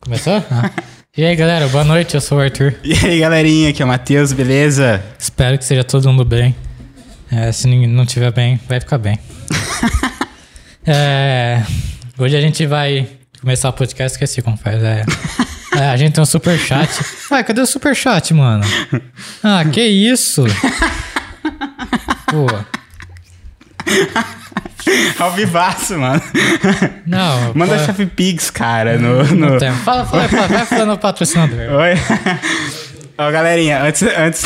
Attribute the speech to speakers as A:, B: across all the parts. A: Começou? Ah. E aí, galera, boa noite, eu sou o Arthur.
B: E aí, galerinha, aqui é o Matheus, beleza?
A: Espero que seja todo mundo bem. É, se ninguém não tiver bem, vai ficar bem. É, hoje a gente vai começar o podcast, esqueci como faz. É, É, a gente tem um super chat. Ué, cadê o super chat, mano? Ah, que isso? Pô,
B: Ao vivaço, mano.
A: não.
B: Manda
A: pô,
B: chave Pix, cara, no...
A: não
B: no...
A: tem. Fala, fala, fala, vai falando o patrocinador.
B: Oi. Ó, galerinha, antes, antes,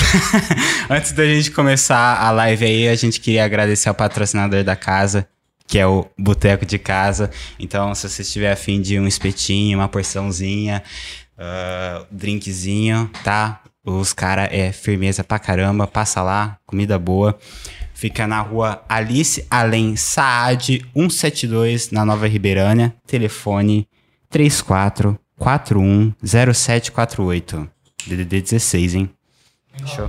B: antes da gente começar a live aí, a gente queria agradecer ao patrocinador da casa, que é o Boteco de Casa. Então, se você estiver afim de um espetinho, uma porçãozinha, ah, drinkzinho, tá? Os cara é firmeza pra caramba, passa lá, comida boa. Fica na rua Alice Além Saad 172, na Nova Ribeirânia. Telefone 34410748. DDD 16, hein? Show.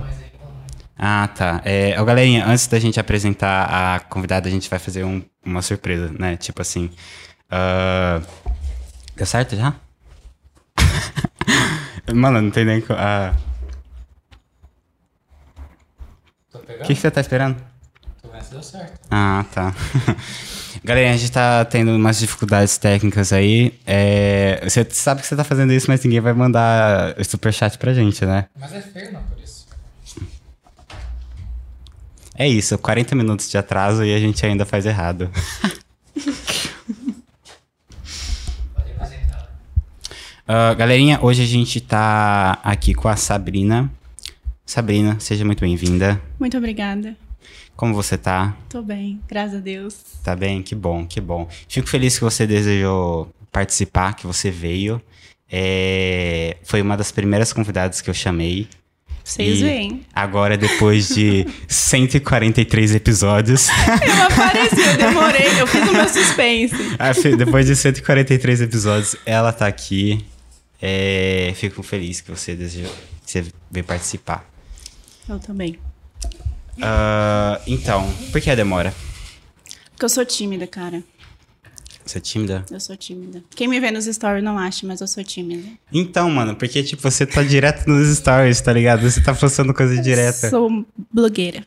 B: Ah, tá. É, ó, galerinha, antes da gente apresentar a convidada, a gente vai fazer um- uma surpresa, né? Tipo assim. ah, deu certo já? Mano, não tem nem. co- ah, O que, que você tá esperando?
A: Deu certo.
B: Ah, tá. Galera, a gente tá tendo umas dificuldades técnicas aí. É, você sabe que você tá fazendo isso, mas ninguém vai mandar superchat pra gente, né?
A: Mas é feio, não, por isso.
B: É isso, 40 minutos de atraso e a gente ainda faz errado. Ah, galerinha, hoje a gente tá aqui com a Sabrina. Sabrina, seja muito bem-vinda.
C: Muito obrigada.
B: Como você tá?
C: Tô bem, graças a Deus.
B: Tá bem? Que bom, que bom. Fico feliz que você desejou participar, que você veio. É, Foi uma das primeiras convidadas que eu chamei.
C: Vocês
B: E-
C: veem.
B: Agora, depois de 143 episódios.
C: Eu apareci, eu demorei, eu fiz o meu suspense.
B: Ah, fi- Depois de 143 episódios, ela tá aqui. É, fico feliz que você desejou, que você veio participar.
C: Eu também.
B: Ah, então, por que a demora?
C: Porque eu sou tímida, cara.
B: Você é tímida?
C: Eu sou tímida. Quem me vê nos stories não acha, mas eu sou tímida.
B: Então, mano, porque tipo, você tá direto nos stories, tá ligado? Você tá postando coisa direta.
C: Sou blogueira.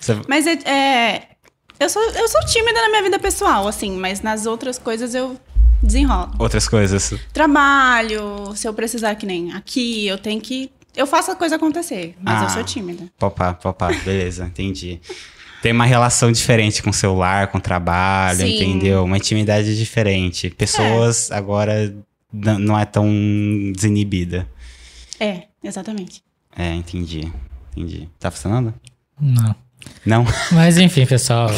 B: Você-
C: Mas é. é, eu, sou, eu sou tímida na minha vida pessoal, assim, mas nas outras coisas eu desenrolo.
B: Outras coisas.
C: Trabalho, se eu precisar, que nem aqui, eu tenho que. Eu faço a coisa acontecer, mas eu
B: Ah.
C: sou tímida.
B: Popá, popá, beleza, entendi. Tem uma relação diferente com o celular, com o trabalho,
C: Sim.
B: entendeu? Uma intimidade diferente. Pessoas agora n- não é tão desinibida.
C: É, exatamente.
B: É, entendi. Entendi. Tá funcionando?
A: Não.
B: Não?
A: Mas enfim, pessoal.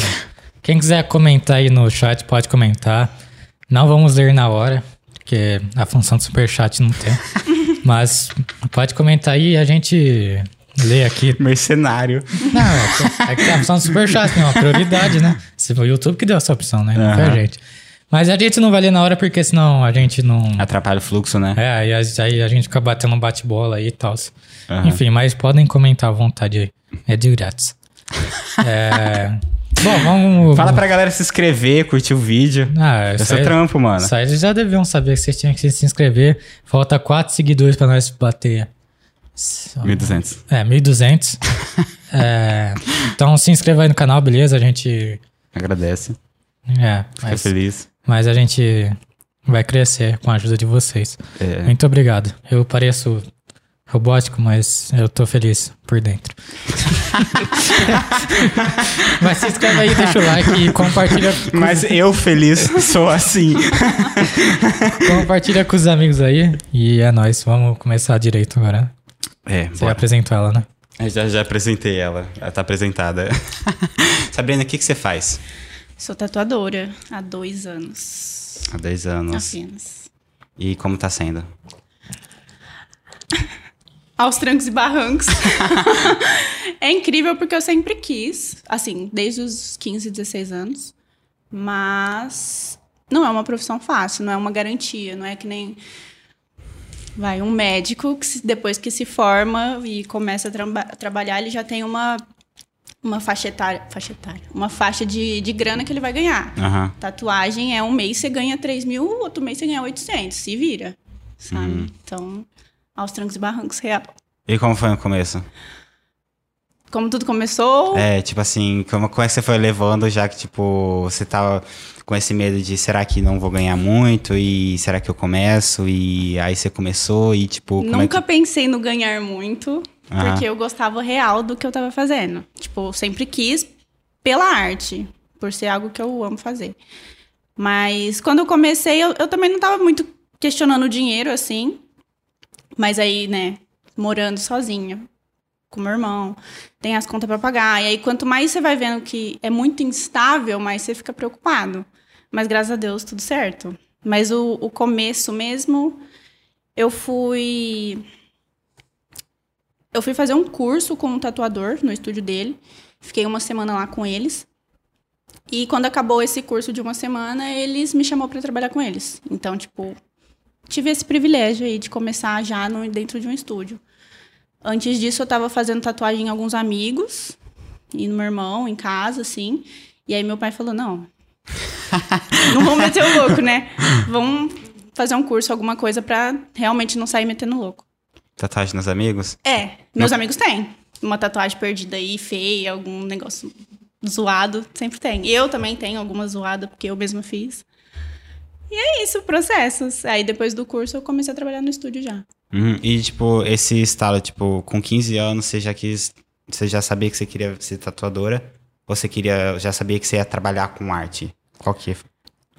A: Quem quiser comentar aí no chat, pode comentar. Não vamos ler na hora, porque a função do superchat não tem. Mas pode comentar aí e a gente lê aqui.
B: Mercenário.
A: Não, é que tem a função do superchat, não, é uma prioridade, né? Se foi o YouTube que deu essa opção, né? Não foi a
B: Aham.
A: gente. Mas a gente não vai ler na hora, porque senão a gente não.
B: Atrapalha o fluxo, né?
A: É, aí a, aí a gente fica batendo um bate-bola aí e tal.
B: Aham.
A: Enfim, mas podem comentar à vontade aí. É de grátis. É, Bom, vamos.
B: Fala pra galera se inscrever, curtir o vídeo.
A: Ah,
B: Eu
A: isso
B: sou
A: aí,
B: trampo, mano.
A: isso aí eles já deviam saber que vocês tinham que se inscrever. Falta quatro seguidores pra nós bater.
B: 1.200.
A: É, 1.200. é, então se inscreva aí no canal, beleza? A gente.
B: Agradece.
A: É,
B: Fica
A: mas,
B: feliz.
A: mas a gente vai crescer com a ajuda de vocês.
B: É.
A: Muito obrigado. Eu pareço robótico, mas eu tô feliz por dentro. mas se inscreve aí, deixa o like e compartilha,
B: Mas eu feliz sou assim.
A: compartilha com os amigos aí. E é nóis, vamos começar direito agora.
B: É,
A: Você apresentou ela, né?
B: Eu já, já apresentei ela. Ela tá apresentada. Sabrina, o que, que você faz?
C: Sou tatuadora há dois anos.
B: Há 10 anos.
C: Apenas.
B: E como tá sendo?
C: Aos trancos e barrancos. é incrível porque eu sempre quis, assim, desde os 15, 16 anos. Mas não é uma profissão fácil, não é uma garantia, não é que nem. Vai, um médico que se- depois que se forma e começa a tramba- trabalhar, ele já tem uma, uma faixa etária, faixa etária, uma faixa de, de grana que ele vai ganhar.
B: Aham.
C: Tatuagem é um mês você ganha 3 mil, outro mês você ganha 800, se vira. sabe? Então, aos trancos e barrancos, real.
B: E como foi no começo?
C: Como tudo começou,
B: É, tipo assim, como, como é que você foi levando, já que, tipo, você tava com esse medo de será que não vou ganhar muito? E será que eu começo? E aí você começou e, tipo, como
C: nunca
B: é
C: pensei no ganhar muito,
B: que... Aham.
C: porque eu gostava real do que eu tava fazendo. Tipo, eu sempre quis pela arte, por ser algo que eu amo fazer. Mas quando eu comecei, eu, eu também não tava muito questionando o dinheiro, assim. Mas aí, né, morando sozinha, com meu irmão, tem as contas pra pagar. E aí, quanto mais você vai vendo que é muito instável, mais você fica preocupado. Mas graças a Deus, tudo certo. Mas o, o começo mesmo, eu fui. Eu fui fazer um curso com um tatuador no estúdio dele. Fiquei uma semana lá com eles. E quando acabou esse curso de uma semana, eles me chamou para trabalhar com eles. Então, tipo, tive esse privilégio aí de começar já no, dentro de um estúdio. Antes disso, eu tava fazendo tatuagem em alguns amigos e no meu irmão, em casa, assim. E aí meu pai falou: não, não vamos meter o louco, né? Vamos fazer um curso, alguma coisa pra realmente não sair metendo louco.
B: Tatuagem nos amigos?
C: É, meus amigos têm. Uma tatuagem perdida aí, feia, algum negócio zoado, sempre tem. Eu também tenho alguma zoada, porque eu mesma fiz. E é isso, processos. Aí depois do curso eu comecei a trabalhar no estúdio já.
B: Uhum. E, tipo, esse estalo, tipo, com 15 anos você já quis... Você já sabia que você queria ser tatuadora? Ou você queria... Já sabia que você ia trabalhar com arte? Qual que foi?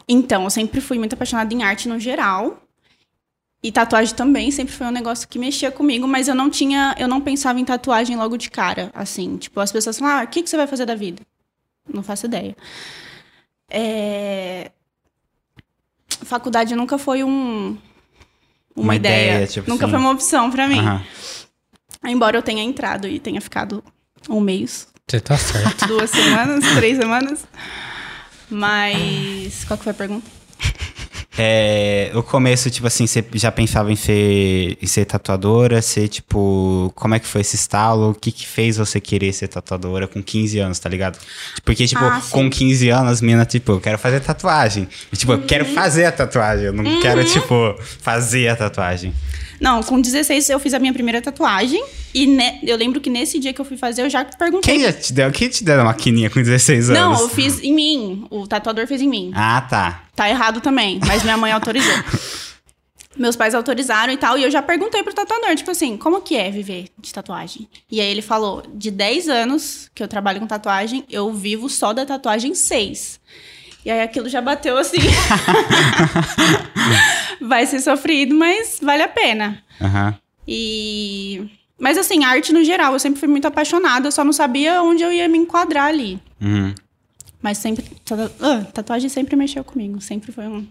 C: Então, eu sempre fui muito apaixonada em arte no geral. E tatuagem também sempre foi um negócio que mexia comigo, mas eu não tinha, eu não pensava em tatuagem logo de cara, assim. Tipo, as pessoas falam, ah, o que, que você vai fazer da vida? Não faço ideia. É... Faculdade nunca foi um... Uma,
B: Uma
C: ideia,
B: ideia, tipo
C: nunca
B: assim.
C: foi uma opção pra mim.
B: Aham.
C: Embora eu tenha entrado e tenha ficado um mês,
A: Você tá certo.
C: duas semanas, três semanas. Mas... Qual que foi a pergunta?
B: É, o começo, tipo assim, você já pensava em ser, em ser tatuadora? Ser, tipo, como é que foi esse estalo? O que que fez você querer ser tatuadora com 15 anos, tá ligado? Porque, tipo,
C: Ah, sim.
B: com 15 anos, as meninas, tipo, eu quero fazer tatuagem. E, tipo, eu
C: Uhum.
B: quero fazer a tatuagem. Eu não quero, tipo, fazer a tatuagem.
C: Não, com 16 eu fiz a minha primeira tatuagem. E ne- eu lembro que nesse dia que eu fui fazer, eu já perguntei.
B: Quem já te deu? Quem te deu uma maquininha com 16
C: Não,
B: anos?
C: eu fiz em mim. O tatuador fez em mim.
B: Ah, tá.
C: Tá errado também, mas minha mãe autorizou. Meus pais autorizaram e tal. E eu já perguntei pro tatuador, tipo assim, como que é viver de tatuagem? E aí ele falou: de 10 anos que eu trabalho com tatuagem, eu vivo só da tatuagem 6. E aí aquilo já bateu assim. Vai ser sofrido, mas vale a pena.
B: Aham.
C: E. Mas assim, arte no geral, eu sempre fui muito apaixonada, eu só não sabia onde eu ia me enquadrar ali.
B: Uhum.
C: Mas sempre. tatu- ah, tatuagem sempre mexeu comigo, sempre foi um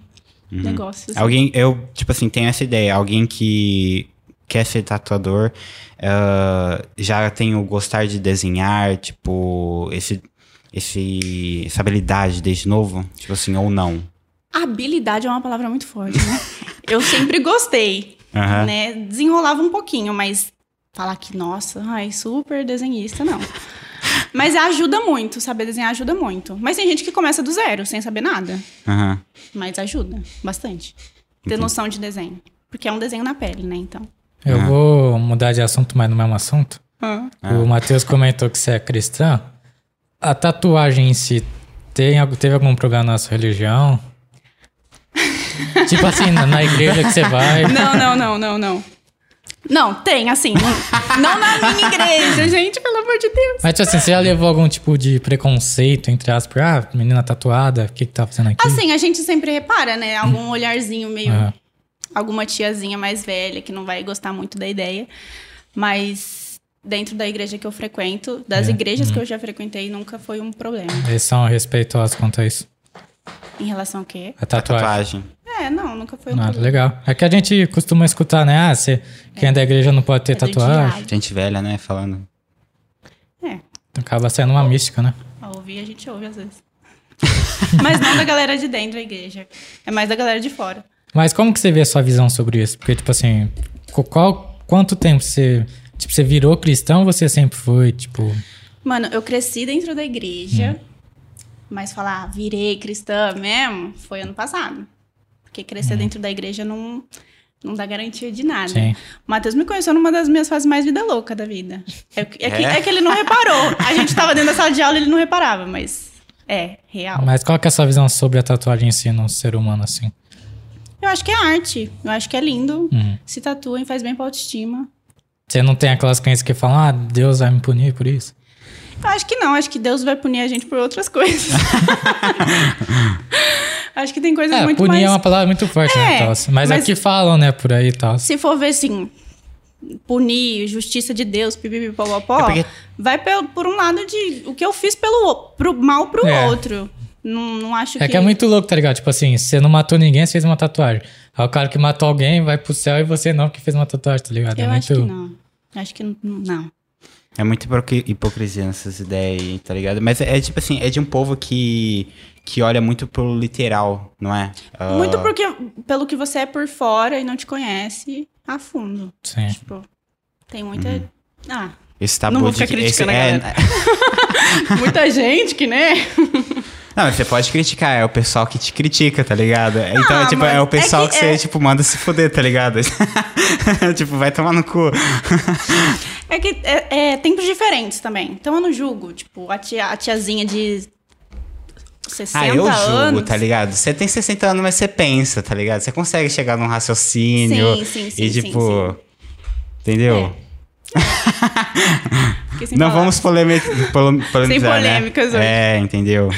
C: negócio. assim.
B: Alguém, eu, tipo assim, tenho essa ideia. Alguém que quer ser tatuador ah, já tem o gostar de desenhar, tipo, esse, esse, essa habilidade desde novo? Tipo assim, ou não?
C: Habilidade é uma palavra muito forte, né? eu sempre gostei,
B: Aham.
C: né? Desenrolava um pouquinho, mas falar que, nossa, ai, super desenhista, não. Mas ajuda muito, saber desenhar ajuda muito. Mas tem gente que começa do zero, sem saber nada.
B: aham.
C: Mas ajuda bastante. Ter noção de desenho. Porque é um desenho na pele, né? Então.
A: Eu
B: Ah.
A: vou mudar de assunto, mas no mesmo assunto.
C: Ah.
A: O Matheus comentou que você é cristã. A tatuagem em si tem, algu- teve algum problema na sua religião? tipo assim, na, na igreja que você vai.
C: Não, não, não, não, não. Não, tem, assim. Não, não na minha igreja, gente, pelo amor de Deus.
A: Mas tipo assim, você já levou algum tipo de preconceito, entre aspas, ah, menina tatuada, o que que tá fazendo aqui?
C: Assim, a gente sempre repara, né? Algum olharzinho meio.
A: Aham.
C: Alguma tiazinha mais velha que não vai gostar muito da ideia. Mas dentro da igreja que eu frequento, das
A: É,
C: igrejas que eu já frequentei, nunca foi um problema.
A: Eles são respeitosos quanto a isso.
C: Em relação ao quê?
A: A tatuagem.
B: Tatuagem.
C: É, não, nunca foi um
A: Ah,
C: problema.
A: legal. É que a gente costuma escutar, né? Ah, você, quem é da igreja não pode ter
C: É do
A: tatuagem.
C: diabo.
B: Gente velha, né? Falando.
C: É,
A: Acaba sendo uma mística, né?
C: A ouvir, a gente ouve às vezes. Mas não da galera de dentro da igreja. É mais da galera de fora.
A: Mas como que você vê a sua visão sobre isso? Porque, tipo assim, co- qual, quanto tempo você. Tipo, você virou cristão ou você sempre foi? Tipo.
C: Mano, eu cresci dentro da igreja, mas falar, ah, virei cristã mesmo, foi ano passado. Porque crescer dentro da igreja não, Não dá garantia de nada.
A: Uhum. Sim.
C: O Matheus me conheceu numa das minhas fases mais vida louca da vida. É, que- é que,
B: É?
C: é que ele não reparou. A gente tava dentro da sala de aula e ele não reparava, mas é real.
A: Mas qual que é a sua visão sobre a tatuagem em si no ser humano, assim?
C: Eu acho que é arte. Eu acho que é lindo.
A: Hum.
C: Se tatuem, faz bem pra autoestima.
A: Você não tem aquelas crenças que falam, ah, Deus vai me punir por isso?
C: Eu acho que não. Acho que Deus vai punir a gente por outras coisas. acho que tem coisas
A: É,
C: muito
A: punir
C: mais...
A: é uma palavra muito forte, né,
C: É,
A: tal. Mas, é
C: mas-
A: que falam, né, por aí e tal.
C: Se for ver, assim, punir, justiça de Deus, pipipipopopó,
B: É porque-
C: vai pel- por um lado de o que eu fiz pelo o- pro mal pro
A: É.
C: outro. Não, não acho
A: É que é muito louco, tá ligado? Tipo assim, você não matou ninguém, você fez uma tatuagem. Aí o cara que matou alguém vai pro céu e você não, que fez uma tatuagem, tá ligado?
C: Eu
A: é
C: acho
A: muito.
C: que não. Acho que n- não.
B: É muito hipocri- hipocrisia nessas ideias aí, tá ligado? Mas é, é tipo assim, é de um povo que, que olha muito pro literal, não é? Ah,
C: Muito porque pelo que você é por fora e não te conhece a fundo.
A: Sim.
C: Tipo, tem muita.
A: Hum.
C: Ah,
B: Esse tabu
C: Não vou
B: de
C: ficar
B: que-
C: criticando
B: esse-
C: a
B: é-
C: galera. muita gente que, né?
B: Não, mas você pode criticar, é o pessoal que te critica, tá ligado? então, é, tipo,
C: mas
B: é o
C: é
B: pessoal
C: que
B: que, você,
C: é-
B: tipo, manda se fuder, tá ligado? tipo, vai tomar no cu.
C: É que é, é tempos diferentes também. Então eu não julgo. Tipo, a, tia- a tiazinha de 60
B: Ah, eu julgo,
C: anos.
B: tá ligado? Você tem 60 anos, mas você pensa, tá ligado? Você consegue chegar num raciocínio.
C: Sim, sim, sim,
B: E,
C: sim,
B: tipo.
C: sim. É.
B: Entendeu?
C: Fiquei sem
B: Não
C: falar.
B: vamos polemi polo- polemizar, né?
C: polêmicas hoje.
B: É, entendeu?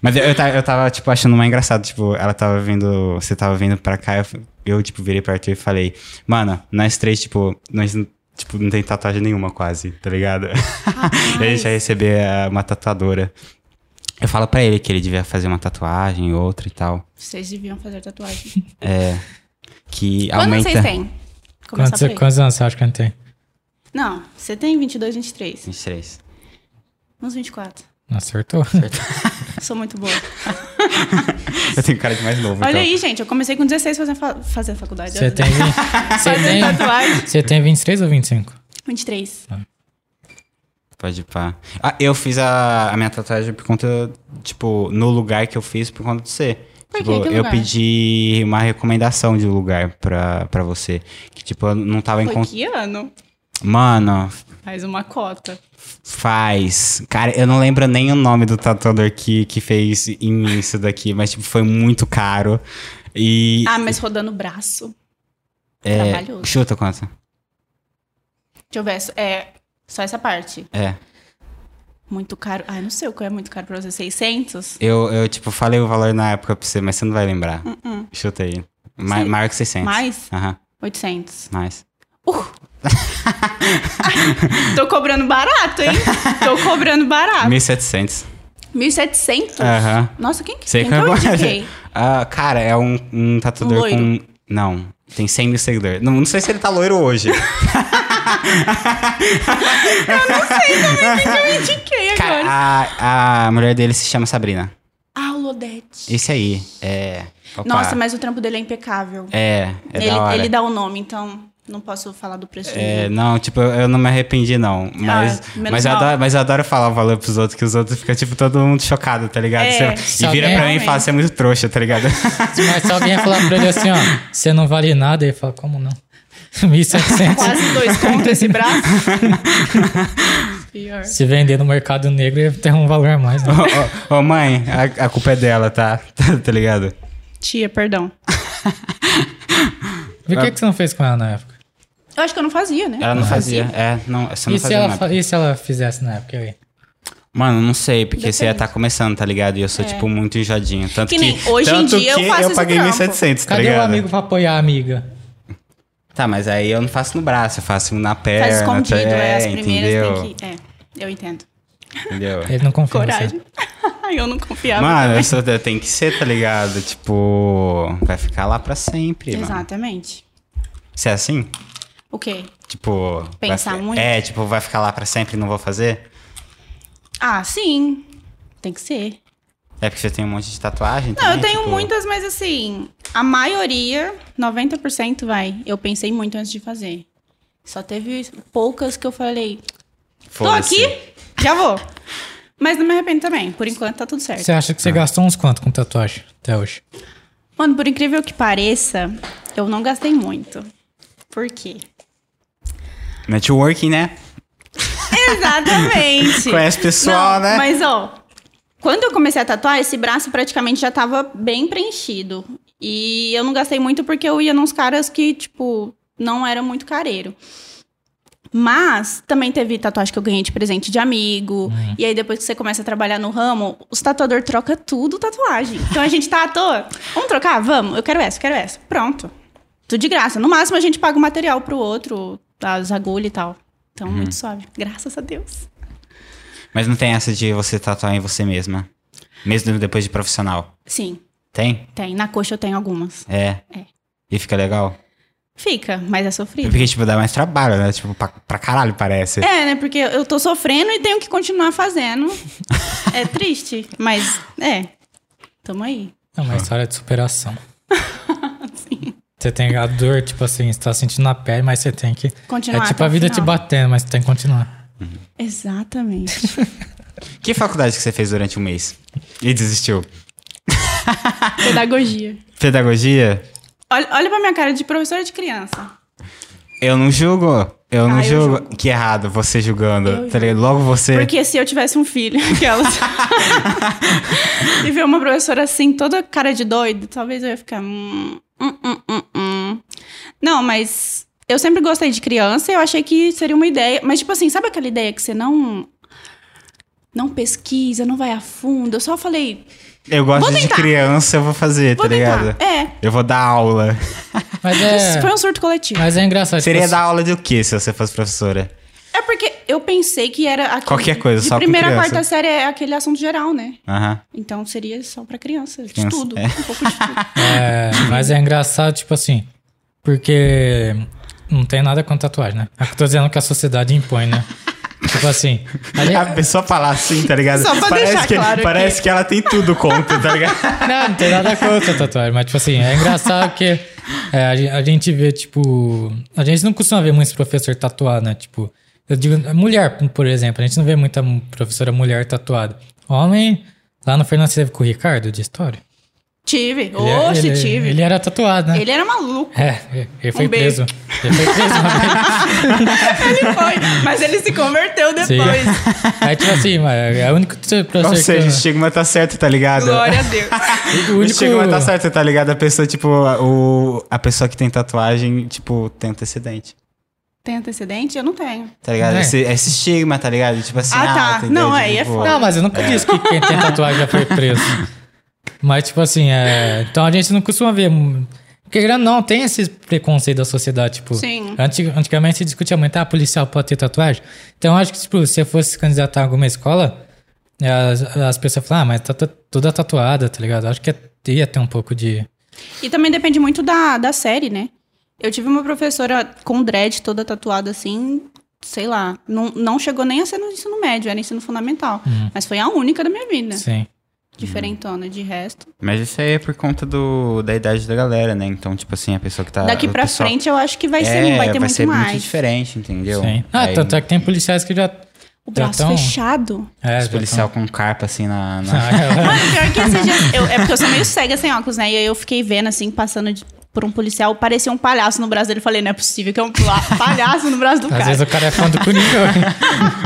B: Mas eu, eu, ta- eu tava, tipo, achando mais engraçado. Tipo, ela tava vindo... Você tava vindo pra cá, eu, f- eu, tipo, virei pra Arthur e falei... Mano, nós três, tipo... Nós, n- tipo, não tem tatuagem nenhuma, quase. Tá ligado? e a gente vai receber ah, uma tatuadora. Eu falo pra ele que ele devia fazer uma tatuagem, outra e tal.
C: Vocês deviam fazer tatuagem.
B: Que
C: Quando
B: aumenta...
C: vocês têm? Começar
A: Quantos,
C: por aí.
A: quantos anos você acha que eu tenho?
C: Não, você tem 22, 23.
B: 23.
C: Uns 24.
A: Acertou?
C: Sou muito boa.
B: Eu tenho cara de mais novo,
C: Olha
B: então.
C: aí, gente. Eu comecei com 16 fazendo, fa fazendo faculdade.
A: Você tem, vin- você,
C: Fazendo
A: tem,
C: tatuagem.
A: você tem 23 ou 25?
C: 23.
B: Pode pá. Ah, eu fiz a, a minha tatuagem por conta, tipo, no lugar que eu fiz por conta de você.
C: Por
B: tipo,
C: quê? Que
B: eu
C: lugar?
B: pedi uma recomendação de lugar pra, pra você. Que, tipo, eu não tava
C: Foi
B: encontrando.
C: que ano?
B: Mano,
C: Faz uma cota.
B: faz. Cara, eu não lembro nem o nome do tatuador que, que fez em mim isso daqui, mas, tipo, foi muito caro. E.
C: Ah, mas rodando o braço.
B: é,
C: trabalhoso.
B: Chuta quanto?
C: Deixa eu ver. É, só essa parte.
B: É.
C: Muito caro. Ai, não sei o que é muito caro pra você. 600?
B: Eu, eu, tipo, falei o valor na época pra você, mas você não vai lembrar.
C: Uh-uh.
B: Chuta aí. Ma
C: Sei.
B: maior que 600.
C: Mais?
B: Aham,
C: 800.
B: mais.
C: Tô cobrando barato, hein? Tô cobrando barato.
B: 1700.
C: 1.700?
B: Aham.
C: Nossa, quem que,
B: Sei é
C: quem
B: que
C: que eu
B: agora.
C: indiquei?
B: Ah, cara, é um, um tatuador
C: é Loiro.
B: com. Não, tem 100 mil seguidores. Não, não sei se ele tá loiro hoje.
C: Eu indiquei
B: Cara,
C: agora.
B: a, a mulher dele se chama Sabrina.
C: Ah, o Lodete.
B: Esse aí. É. opa,
C: Nossa, mas o trampo dele é impecável.
B: É, é
C: ele,
B: da hora.
C: ele dá o nome, então não posso falar do preço
B: É,
C: dele.
B: não, tipo, eu, eu não me arrependi, não. Mas,
C: Ah, menos
B: mas, eu
C: mal.
B: adoro, mas eu adoro falar o valor pros outros, que os outros ficam, tipo, todo mundo chocado, tá ligado?
C: É.
B: Você- e
A: Só
B: vira
A: que-
B: pra mim e fala, você é muito trouxa, tá ligado?
A: Mas se alguém falar pra ele assim, ó, você não vale nada, ele fala, como não? 1700.
C: Quase dois contos esse braço. Pior.
A: Se vender no mercado negro, ele tem um valor a mais, né?
B: ô, ô, ô, mãe, a, a culpa é dela, tá? Tá, tá ligado?
C: Tia, perdão.
A: Por que, que você não fez com ela na época?
C: Eu acho que eu não fazia, né?
B: Ela não fazia. É, não, você não
A: E se,
B: fazia
A: ela,
B: nada.
A: fa- e se ela fizesse na época? aí?
B: Mano, não sei, porque você ia estar começando, tá ligado? E eu sou, tipo, muito enjoadinho. Tanto que,
C: É. Que nem hoje em
B: tanto
C: dia eu
B: que
C: faço esse
B: paguei
C: trampo.
B: 1.700, tá
A: Cadê
B: ligado?
A: o amigo pra apoiar a amiga?
B: Tá, mas aí eu não faço no braço, eu faço na perna.
C: Faz escondido,
B: tá-
C: é, as
B: entendeu?
C: primeiras tem que. É, eu entendo.
B: Entendeu?
A: Ele não confia em
C: Coragem.
A: você.
C: eu não confiava.
B: Mano, eu sou- eu tenho que ser, tá ligado? Tipo, vai ficar lá pra sempre, mano.
C: Exatamente.
B: Você é assim?
C: O quê?
B: Tipo... vai
C: Pensar
B: fi-
C: muito?
B: É, tipo, vai ficar lá pra sempre e não vou fazer?
C: Ah, sim. Tem que ser.
B: É porque você tem um monte de tatuagem tipo,
C: Não, eu tenho muitas, mas assim, a maioria, 90% vai. Eu pensei muito antes de fazer. Só teve poucas que eu falei, tô aqui, já vou.
A: é um
C: Mas não me arrependo também. Por enquanto tá tudo certo.
A: Você acha que você gastou uns quanto com tatuagem até hoje?
C: Mano, por incrível que pareça, eu não gastei muito. Por quê?
B: Networking, né?
C: Exatamente.
B: Conhece pessoal,
C: Não,
B: né?
C: Mas, ó, quando eu comecei a tatuar, esse braço praticamente já tava bem preenchido. E eu não gastei muito porque eu ia nos caras que, tipo, não era muito careiro. Mas também teve tatuagem que eu ganhei de presente de amigo. E aí, depois que você começa a trabalhar no ramo, os tatuador troca tudo tatuagem. Então a gente tatua. Vamos trocar? Vamos. Eu quero essa, eu quero essa. Pronto. Tudo de graça. No máximo, a gente paga o material pro outro, as agulhas e tal. Então, muito suave. Graças a Deus.
B: Mas não tem essa de você tatuar em você mesma. Mesmo depois de profissional.
C: Sim,
B: Tem?
C: tem. Na coxa eu tenho algumas.
B: É.
C: É.
B: E fica legal?
C: Fica, mas é
B: É
C: sofrido.
B: Porque, tipo, dá mais trabalho, né? Tipo, pra, pra caralho parece.
C: É, né? Porque eu tô sofrendo e tenho que continuar fazendo. é triste, mas é. Tamo aí.
A: É uma história de superação. Você tem a dor, tipo assim, você tá sentindo na pele, mas você tem que.
C: Continuar
A: é tipo
C: até
A: a
C: o
A: vida te
C: final.
A: batendo, mas você tem que continuar.
C: Exatamente.
B: Que faculdade que você fez durante um mês? E desistiu?
C: Pedagogia.
B: Pedagogia?
C: Olha, olha pra minha cara de professora de criança.
B: Eu não julgo. Eu não
C: Ah, eu
B: julgo.
C: julgo.
B: Que errado, você julgando.
C: Eu
B: tá ligado? Logo você.
C: Porque se eu tivesse um filho, aquelas. e ver uma professora assim, toda cara de doido, talvez eu ia ficar. Hum, hum, hum, hum, hum. Não, mas eu sempre gostei de criança e eu achei que seria uma ideia. Mas, tipo assim, sabe aquela ideia que você não. Não pesquisa, não vai a fundo. Eu só falei.
B: Eu gosto
C: Vou
B: de
C: tentar.
B: criança, eu vou fazer,
C: Vou
B: tá
C: tentar.
B: ligado?
C: É.
B: Eu vou dar aula.
A: Mas
C: Isso foi
A: é.
C: um surto coletivo.
A: Mas é engraçado. tipo
B: Seria
A: assim,
B: dar aula de o quê se você fosse professora?
C: É porque eu pensei que era. aquele-
B: Qualquer coisa,
C: de
B: só com
C: primeira a
B: criança.
C: quarta série é aquele assunto geral, né?
B: Aham.
C: Então seria só pra criança. De
B: Criança,
C: tudo.
B: é.
C: Um pouco de tudo.
A: É, mas é engraçado, tipo assim, porque não tem nada com tatuagem, né? É que eu tô dizendo que a sociedade impõe, né? tipo assim, ali-
B: A pessoa falar assim, tá ligado?
C: Só pra
B: parece
C: deixar
B: que,
C: claro que-
B: Parece que... ela tem tudo contra, tá ligado?
A: não, não tem nada contra a tatuagem, mas tipo assim, é engraçado que é, a, gen- a gente vê, tipo, a gente não costuma ver muitos professores tatuados, né? Tipo, eu digo, mulher, por exemplo, a gente não vê muita mu- professora mulher tatuada. Homem, lá no Fernando você teve com o Ricardo de história?
C: Tive.
A: Ele era-
C: Oxe,
A: ele, é-
C: tive.
A: Ele era tatuado, né?
C: Ele era maluco,
A: É, ele foi
C: Um
A: preso.
C: beijo.
A: Ele foi preso né? uma vez.
C: ele foi. Mas ele se converteu depois.
A: Sim. Aí, tipo assim, mas é o único professor
B: Ou
A: que eu-
B: seja, o estigma tá certo, tá ligado?
C: Glória a Deus.
A: o
B: O
A: único...
B: estigma tá certo, tá ligado? A pessoa, tipo, a- o, a pessoa que tem tatuagem, tipo, tem antecedente.
C: Tem antecedente? Eu não tenho.
B: Tá ligado?
A: É.
B: Esse, esse estigma, tá ligado? Tipo assim,
C: Ah, tá.
B: tem
C: Não,
B: ideia de,
C: aí é
B: tipo,
A: Não, mas eu nunca disse que quem tem tatuagem já foi preso. Mas, tipo assim, é... Então a gente não costuma ver... Porque querendo ou não, tem esse preconceito da sociedade, tipo...
C: Sim.
A: anti- antigamente se discutia muito, ah, policial pode ter tatuagem. Então eu acho que, tipo, se você fosse se candidatar a alguma escola, é, as, as pessoas falam, ah, mas tá tu- toda tatuada, tá ligado? Eu acho que ia ter um pouco de...
C: E também depende muito da, da série, né? Eu tive uma professora com dread toda tatuada assim, sei lá. Não, não chegou nem a ser no ensino médio, era ensino fundamental. Mas foi a única da minha vida.
A: Sim.
C: Diferentona de resto.
B: Mas isso aí é por conta do, da idade da galera, né? Então, tipo assim, a pessoa que tá.
C: Daqui
B: o
C: pra
B: pessoal-
C: frente eu acho que vai ser,
B: É,
C: vai ter muito
B: ser
C: mais.
B: muito diferente, entendeu?
A: sim. Ah,
B: Aí,
A: tanto é que tem policiais que já...
C: O
A: Já
C: braço
A: tão-
C: fechado.
A: É,
B: os
A: já
B: policial com carpa assim na. na-
A: tão-
C: Mano, pior que esse dia. eu- é porque eu sou meio cega sem óculos, né? E aí eu fiquei vendo, assim, passando de- por um policial, parecia um palhaço no braço dele. Eu Falei, não é possível que é um pla- palhaço no braço do
A: Às vezes
C: cara.
A: o cara é fã do Coringa.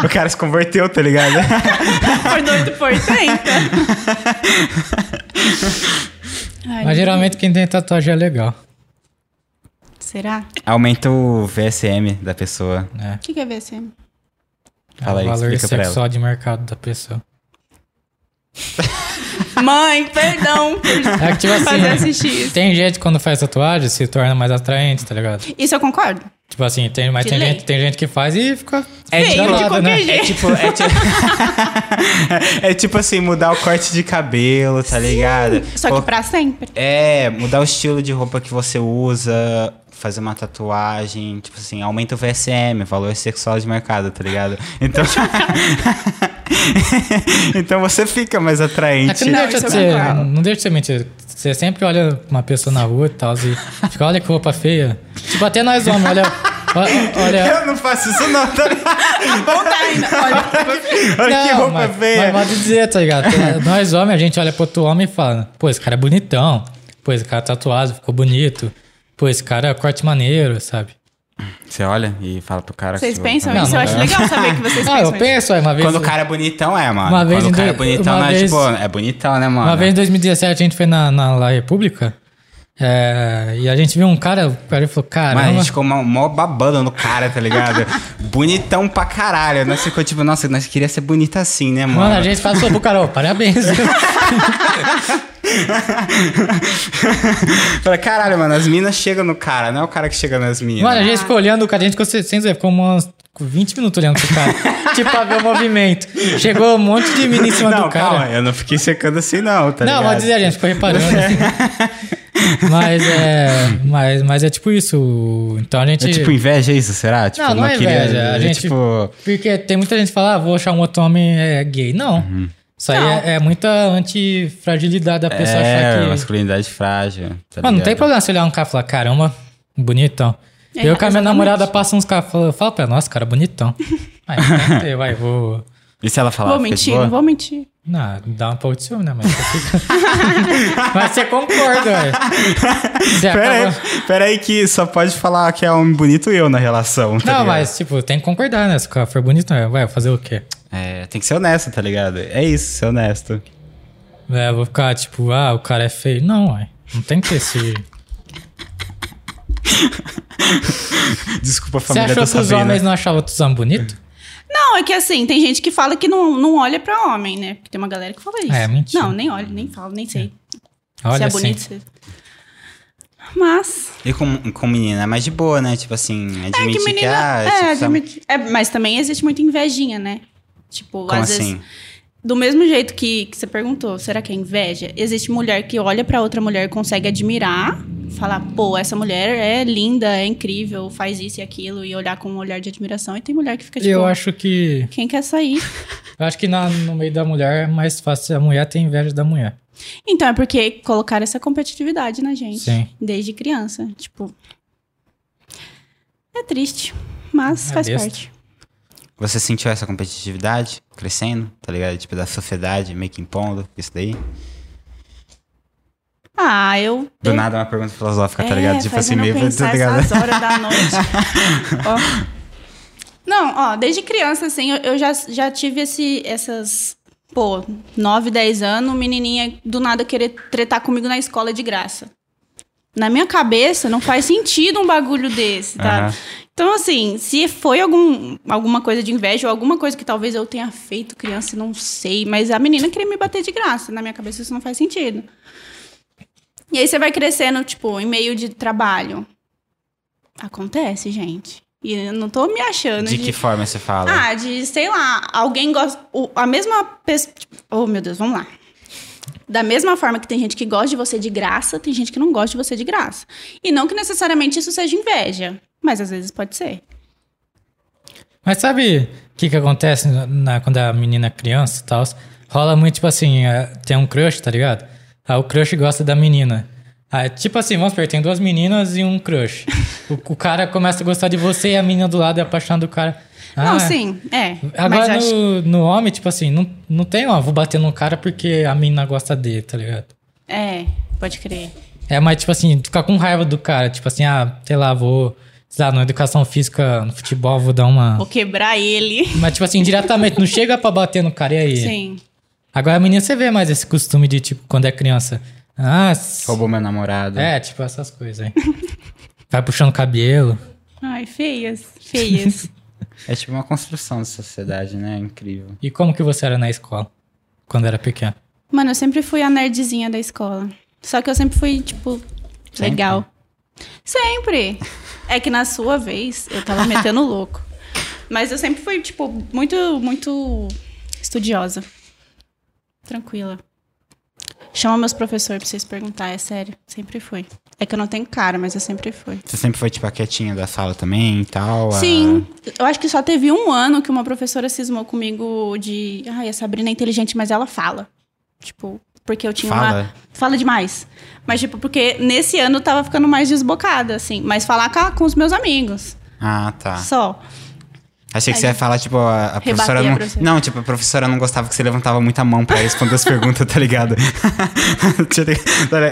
B: o cara se converteu, tá ligado?
C: Por doido por 30. Ai,
A: Mas geralmente quem tem tatuagem é legal.
C: Será?
B: Aumenta o VSM da pessoa.
A: Né?
C: O que, que é VSM?
A: É
B: Fala
A: o
B: aí,
A: valor
B: explica pra
A: sexual de mercado da pessoa.
C: Mãe, perdão por
A: É que tipo
C: fazer
A: assim,
C: assistir isso.
A: tem gente que quando faz tatuagem se torna mais atraente, tá ligado?
C: Isso eu concordo.
A: Tipo assim, tem, mas
C: De
A: tem
C: lei.
A: gente, tem gente que faz e fica...
B: É
C: Feio, de
A: danada,
C: qualquer
A: né?
C: jeito.
B: Tipo, é, ti- é tipo assim, mudar o corte de cabelo, tá ligado?
C: Só
B: Colo-
C: que pra sempre.
B: É, mudar o estilo de roupa que você usa, fazer uma tatuagem, tipo assim, aumenta o VSM, valor sexual de mercado, tá ligado? Então. então você fica mais
A: É
B: atraente.
A: que não,
C: Não,
A: deixa
C: isso
A: de
C: eu
A: ser,
C: concordo.
A: não deixa de ser mentira. Você sempre olha uma pessoa na rua e tal, e fica, olha que roupa feia. Tipo, até nós homens, olha... olha- Olha,
B: Eu não faço isso não, tá Olha que
A: Não,
B: roupa
A: mas,
B: feia.
A: Mas pode dizer, tá ligado? Nós homens, a gente olha pro outro homem e fala, pô, esse cara é bonitão. pô, esse cara tatuado, ficou bonito. Pô, esse cara é corte maneiro, sabe?
B: Você olha e fala pro cara...
C: Vocês
B: que- tá
C: pensam
A: Não,
C: isso?
A: não,
C: eu acho
A: não.
C: legal saber que vocês
A: Ah, eu
C: pensam isso.
A: penso, é uma vez.
B: Quando o cara é bonitão, é, mano.
A: Uma
B: Quando
A: vez
B: o
A: em
B: cara é
A: dois-
B: bonitão,
A: uma
B: não, é,
A: vez-
B: tipo, é bonitão, né, mano?
A: Uma vez em 2017 a gente foi na, na La República é, e a gente viu um cara, o cara falou,
B: Mas a
A: caramba.
B: gente ficou mó, mó babando no cara, tá ligado? bonitão pra caralho. Nós ficou tipo, nossa, nós queria ser bonita assim, né, mano?
A: Mano, a gente passou pro Carol, parabéns.
B: Falei, caralho, mano, as minas chegam no cara, não é o cara que chega nas minas.
A: Mano, a gente ficou olhando o cara, a gente ficou, sem sem dizer, ficou umas 20 minutos olhando pro cara. tipo, pra ver o movimento. Chegou um monte de mina em cima
B: não,
A: do cara.
B: calma, eu não fiquei secando assim, não, tá
A: não,
B: ligado? É.
A: vou dizer, a gente ficou reparando. assim. mas, é, mas, mas é tipo isso. Então a gente.
B: É tipo inveja isso, será? Tipo,
A: não, não, é
B: queria-
A: inveja. A
B: é,
A: gente,
B: tipo,
A: Porque tem muita gente que fala, ah, vou achar um outro homem é, gay. Não.
B: Uhum.
A: Isso aí
C: Não.
A: É, é muita antifragilidade da pessoa achar
B: é,
A: que.
B: masculinidade frágil. Tá
A: Mano, não
B: ligado?
A: tem problema se olhar um cara e falar, caramba, bonitão. eu com
C: É,
A: a minha
C: exatamente.
A: namorada passo uns caras e falo, fala pra ela, nossa, cara, bonitão. Aí, vai, ter, vai, vou.
B: E se ela falar?
C: Vou
B: fica de
C: mentir,
B: boa?
C: não vou mentir.
A: Não, dá um pouco de ciúme, né? Mas você, fica- mas você concorda, velho. Você acaba-
B: Pera aí, pera aí que só pode falar que é homem bonito eu na relação, tá
A: Não,
B: ligado?
A: mas, tipo, tem que concordar, né? Se o cara for bonito, né? vai fazer o quê?
B: É, tem que ser honesto, tá ligado? É isso, ser honesto.
A: É, eu vou ficar, tipo, ah, o cara é feio. Não, ué. Não tem que ter esse...
B: Desculpa a
A: Você
B: família
A: achou
B: da
A: que os
B: Sabrina.
A: homens não achavam outros homens bonitos?
C: Não, é que assim, tem gente que fala que não, não olha pra homem, né? Porque tem uma galera que fala isso.
A: É, mentira.
C: Não, nem olha, nem fala, nem sei. se
A: Olha,
C: é
A: assim,
C: bonito, se... Mas...
B: E com, com menina é mais de boa, né? Tipo assim,
C: É
B: admite que,
C: que menina...
B: ah,
C: é,
B: esse-
C: admiti- é, mas também existe muita invejinha, né? Tipo,
B: Como
C: às
B: assim?
C: vezes... Do mesmo jeito que, que você perguntou, será que é inveja? Existe mulher que olha pra outra mulher e consegue admirar, falar, pô, essa mulher é linda, é incrível, faz isso e aquilo, e olhar com um olhar de admiração. E tem mulher que fica tipo,
A: eu acho que...
C: quem quer sair?
A: Eu acho que na- no meio da mulher é mais fácil a mulher ter inveja da mulher.
C: Então é porque colocaram essa competitividade na gente.
A: Sim.
C: Desde criança. Tipo. É triste, mas
A: É
C: faz
A: besta.
C: parte.
B: Você sentiu essa competitividade crescendo, tá ligado? Tipo, da sociedade meio que impondo isso daí.
C: Ah, eu.
B: Do
C: eu-
B: nada é uma pergunta filosófica, tá
C: É,
B: ligado? Tipo
C: faz
B: assim,
C: eu não
B: meio
C: pensar
B: tá ligado?
C: essas horas da noite. Ó. Não, ó, desde criança, assim, eu, eu já, já tive esse, essas. Pô, 9, 10 anos, um menininha do nada querer tretar comigo na escola de graça. Na minha cabeça, não faz sentido um bagulho desse, tá?
B: Aham.
C: Então, assim, se foi algum, alguma coisa de inveja ou alguma coisa que talvez eu tenha feito criança, não sei, mas a menina queria me bater de graça. Na minha cabeça, isso não faz sentido. E aí você vai crescendo, tipo, em meio de trabalho. Acontece, gente. E eu não tô me achando
B: De
C: de.
B: que forma você fala?
C: Ah, de, sei lá, alguém gosta. o- A mesma pessoa. Oh, meu Deus, vamos lá. Da mesma forma que tem gente que gosta de você de graça, tem gente que não gosta de você de graça. E não que necessariamente isso seja inveja, mas às vezes pode ser.
A: Mas sabe o que, que acontece na, na- quando a menina é criança e tal? Rola muito, tipo assim, é, tem um crush, tá ligado? Aí o crush gosta da menina. Aí, tipo assim, vamos supor, tem duas meninas e um crush. O, o cara começa a gostar de você e a menina do lado é apaixonada do cara. Ah,
C: não, sim, é. mas
A: Agora
C: acho-
A: no, no homem, tipo assim, não, não tem, ó, vou bater no cara porque a menina gosta dele, tá ligado?
C: É, pode crer.
A: É, mas tipo assim, ficar com raiva do cara, tipo assim, ah, sei lá, vou, sei lá, na educação física, no futebol, vou dar uma.
C: Vou quebrar ele.
A: Mas, tipo assim, diretamente, não chega pra bater no cara, e aí?
C: Sim.
A: Agora, a menina, você vê mais esse costume de, tipo, quando é criança. Ah, s-
B: Roubou meu namorado.
A: é, tipo, essas coisas aí. Vai puxando cabelo.
C: Ai, feias, feias.
B: É tipo uma construção de sociedade, né? É Incrível.
A: E como que você era na escola? Quando era pequeno?
C: Mano, eu sempre fui a nerdzinha da escola. Só que eu sempre fui, tipo,
B: Sempre?
C: legal. Sempre. É que na sua vez eu tava metendo louco. Mas eu sempre fui, tipo, muito, muito estudiosa. Tranquila. Chama meus professores pra vocês perguntar, é sério. Sempre fui. É que eu não tenho cara, mas eu sempre fui.
B: Você sempre foi, tipo, a quietinha da sala também e tal? a-
C: Sim, eu acho que só teve um ano que uma professora cismou comigo de. Ai, a Sabrina é inteligente, mas ela fala. Tipo, porque eu tinha
B: Fala?
C: uma. Fala demais. Mas, tipo, porque nesse ano eu tava ficando mais desbocada, assim. Mas falar com, com os meus amigos,
B: Ah, tá.
C: só.
B: Achei que você ia falar, tipo, a, a professora
C: a
B: não.
C: professora.
B: Não, tipo, a professora não gostava que você levantava muita mão pra responder as perguntas, tá ligado?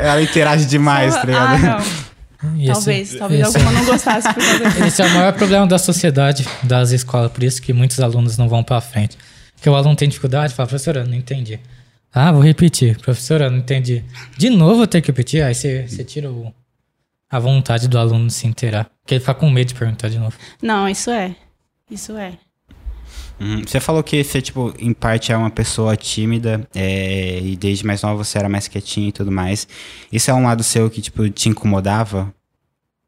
B: Ela interage demais, tá
C: ah,
B: ligado?
C: não.
A: E esse-
C: Talvez, talvez
A: esse-
C: alguma não gostasse por causa disso.
A: Esse é o maior problema da sociedade, das escolas, por isso que muitos alunos não vão pra frente. Porque o aluno tem dificuldade, fala, professora, não entendi. Ah, vou repetir. Professora, não entendi. De novo eu tenho que repetir? Aí você, você tira o- a vontade do aluno de se inteirar. Porque ele fica com medo de perguntar de novo.
C: Não, isso é. Isso é.
B: Uhum. Você falou que você, tipo, em parte é uma pessoa tímida é, e desde mais nova você era mais quietinho e tudo mais. Isso é um lado seu que, tipo, te incomodava?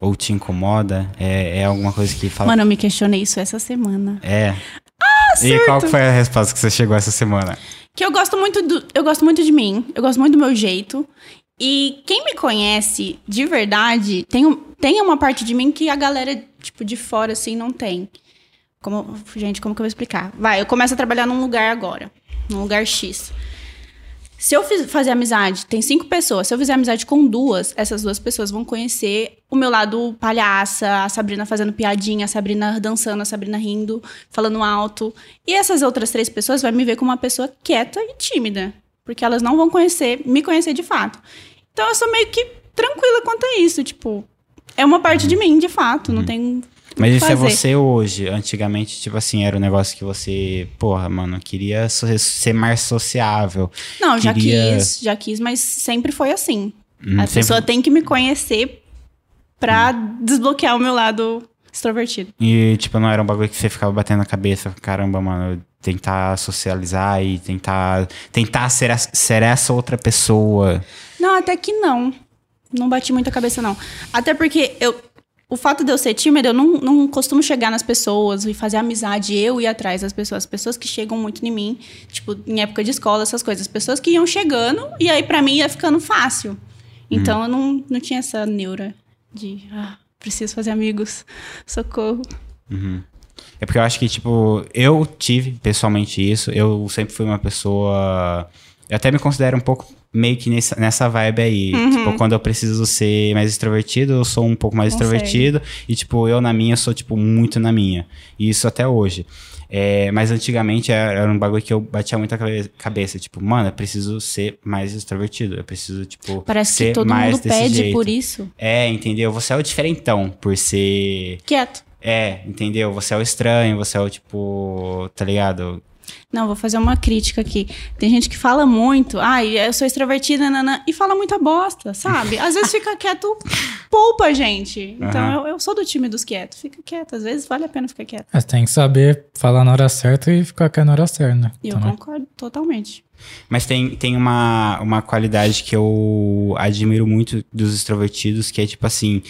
B: Ou te incomoda? É, é alguma coisa que fala.
C: Mano, eu me questionei isso essa semana.
B: É. Ah, E qual que foi a resposta que você chegou essa semana?
C: Que eu gosto muito do, eu gosto muito de mim, eu gosto muito do meu jeito. E quem me conhece de verdade tem, um- tem uma parte de mim que a galera, tipo, de fora, assim, não tem. Como, gente, como que eu vou explicar? Vai, eu começo a trabalhar num lugar agora, num lugar X. Se eu fiz- fazer amizade, tem cinco pessoas. Se eu fizer amizade com duas, essas duas pessoas vão conhecer o meu lado palhaça, a Sabrina fazendo piadinha, a Sabrina dançando, a Sabrina rindo, falando alto. E essas outras três pessoas vão me ver como uma pessoa quieta e tímida. Porque elas não vão conhecer, me conhecer de fato. Então eu sou meio que tranquila quanto a isso. Tipo, é uma parte de mim, de fato. Não tem.
B: Uhum. Mas
C: o que
B: isso é
C: fazer.
B: você hoje. Antigamente, tipo assim, era um negócio que você, porra, mano, queria so- ser mais sociável.
C: Não, já
B: Queria-
C: quis, já quis, mas sempre foi assim.
B: Hum,
C: a
B: sempre- Hum.
C: pessoa tem que me conhecer pra desbloquear o meu lado extrovertido.
B: E, tipo, não era um bagulho que você ficava batendo a cabeça, caramba, mano, eu tentar socializar e tentar tentar ser, as- ser essa outra pessoa.
C: Não, até que não. Não bati muito a cabeça, não. Até porque eu. O fato de eu ser tímida, eu não, não costumo chegar nas pessoas e fazer amizade, eu ir atrás das pessoas. As pessoas que chegam muito em mim, tipo, em época de escola, essas coisas. As pessoas que iam chegando e aí pra mim ia ficando fácil. Então
B: Hum.
C: eu não, não tinha essa neura de, ah, preciso fazer amigos, socorro.
B: É porque eu acho que, tipo, eu tive pessoalmente isso. Eu sempre fui uma pessoa. Eu até me considero um pouco meio que nessa, nessa vibe aí. Tipo, quando eu preciso ser mais extrovertido, eu sou um pouco mais
C: Consegue.
B: extrovertido. E, tipo, eu na minha, sou, tipo, muito na minha. E isso até hoje. É, mas antigamente era, era um bagulho que eu batia muito a cabe- cabeça. Tipo, mano, eu preciso ser mais extrovertido. Eu preciso, tipo,
C: Parece
B: ser
C: que todo
B: mais
C: mundo
B: desse
C: pede
B: jeito.
C: por isso.
B: É, entendeu? Você é o diferentão por ser.
C: Quieto.
B: É, entendeu? Você é o estranho, você é o tipo, tá ligado?
C: Não, vou fazer uma crítica aqui. Tem gente que fala muito, ai, eu sou extrovertida, nanã, e fala muita bosta, sabe? Às vezes fica quieto, poupa a gente. Então
B: Aham.
C: eu, eu sou do time dos quietos, fica quieto. Às vezes vale a pena ficar quieto.
A: Mas tem que saber falar na hora certa e ficar aqui na hora certa, né?
B: Tá
C: E eu
A: Também.
C: concordo totalmente.
B: Mas tem, tem uma, uma qualidade que eu admiro muito dos extrovertidos, que é tipo assim,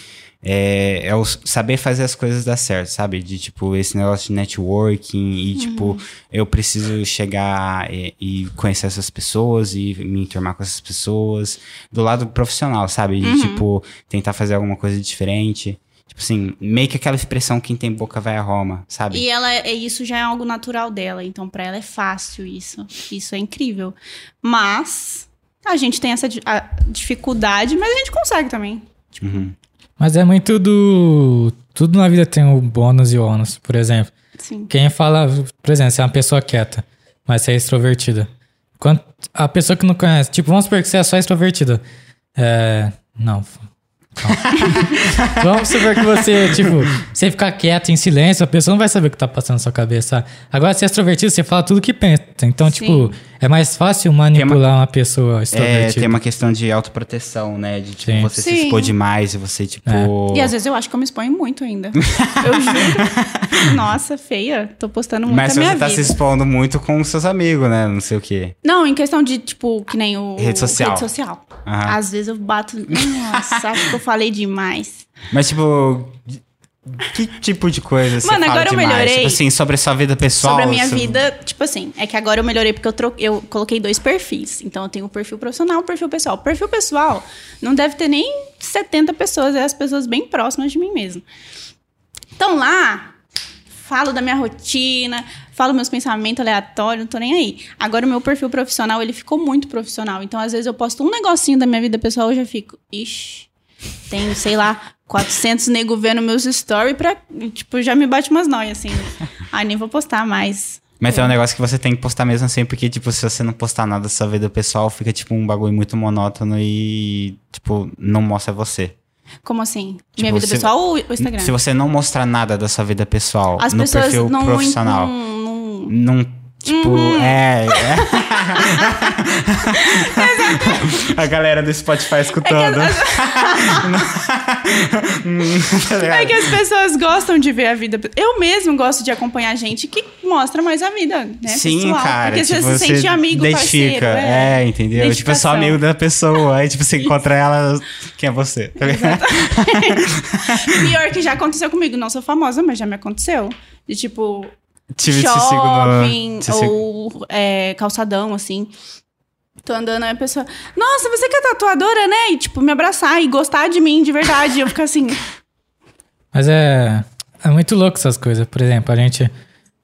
B: é, é o saber fazer as coisas dar certo, sabe? De tipo, esse negócio de networking e tipo, eu preciso chegar e, e conhecer essas pessoas e me enturmar com essas pessoas. Do lado profissional, sabe? De tipo, tentar fazer alguma coisa diferente. Tipo assim, meio que aquela expressão quem tem boca vai a Roma, sabe?
C: E ela é isso já é algo natural dela, então pra ela é fácil isso. Isso é incrível. Mas a gente tem essa di- a dificuldade, mas a gente consegue também.
B: Uhum.
A: Mas é muito do. Tudo na vida tem o bônus e o ônus, por exemplo.
C: Sim.
A: Quem fala, por exemplo, você é uma pessoa quieta, mas você é extrovertida. Quando a pessoa que não conhece, tipo, vamos supor que você é só extrovertida. É. Não. f- calma. vamos supor que você, tipo, você ficar quieto em silêncio, a pessoa não vai saber o que tá passando na sua cabeça. Agora, se é extrovertido, você fala tudo que pensa. Então,
C: Sim.
A: tipo, é mais fácil manipular uma... pessoa
B: É,
A: extrovertida.
B: tem uma questão de autoproteção, né? De tipo,
A: tipo Sim.
B: você se
C: Sim. É.
B: expor demais e você, tipo.
C: E às vezes eu acho que eu me exponho muito ainda. Eu juro. Nossa, feia. Tô postando muito
B: Mas
C: a
B: você
C: minha
B: tá se
C: vida.
B: expondo muito com os seus amigos, né? Não sei o quê.
C: Não, em questão de, tipo, que nem o...
B: Rede social. Ah.
C: Rede social.
B: Aham.
C: Às vezes eu bato... Nossa, acho que eu falei demais.
B: Mas, tipo. Que tipo de coisa você
C: Mano,
B: fala
C: agora eu
B: demais?
C: melhorei.
B: Tipo assim, sobre a sua vida pessoal.
C: Sobre a minha
B: sobre-
C: vida, tipo assim, é que agora eu melhorei porque eu, tro... eu coloquei dois perfis. Então eu tenho o perfil profissional e o perfil pessoal. O perfil pessoal não deve ter nem 70 pessoas, é as pessoas bem próximas de mim mesmo. Então lá, falo da minha rotina, falo meus pensamentos aleatórios, não tô nem aí. Agora o meu perfil profissional, ele ficou muito profissional. Então às vezes eu posto um negocinho da minha vida pessoal e eu já fico, ixi, tenho, sei lá, 400 nego vendo meus stories pra, tipo, já me bate umas noias assim. Ai, nem vou postar mais.
B: Mas é um negócio que você tem que postar mesmo assim, porque, tipo, se você não postar nada da sua vida pessoal, fica, tipo, um bagulho muito monótono e, tipo, não mostra você.
C: Como assim? Minha
B: Tipo,
C: vida
B: se-
C: pessoal ou o Instagram?
B: Se você não mostrar nada da sua vida pessoal
C: As
B: no
C: pessoas
B: perfil
C: não,
B: profissional,
C: não- não-
B: não. Tipo,
C: Uhum.
B: é, é. a galera do
C: É
B: Spotify escutando. Tá ligado?
C: É que as pessoas gostam de ver a vida. Eu mesmo gosto de acompanhar gente que mostra mais a vida, né?
B: Sim,
C: pessoal.
B: cara.
C: Porque
B: tipo,
C: você se sente amigo,
B: identifica.
C: parceiro. né?
B: é. entendeu? Tipo, eu sou
C: Identificação.
B: amigo da pessoa. Aí, tipo, você encontra ela, quem é você? Tá ligado?
C: Pior que já aconteceu comigo. Não sou famosa, mas já me aconteceu. De tipo,
B: Tive esse segundo-
C: shopping
B: esse-
C: ou é, calçadão, assim. Tô andando, aí a pessoa... Nossa, você que é tatuadora, né? E, tipo, me abraçar e gostar de mim de verdade. eu fico assim...
A: Mas é, é muito louco essas coisas. Por exemplo, a gente.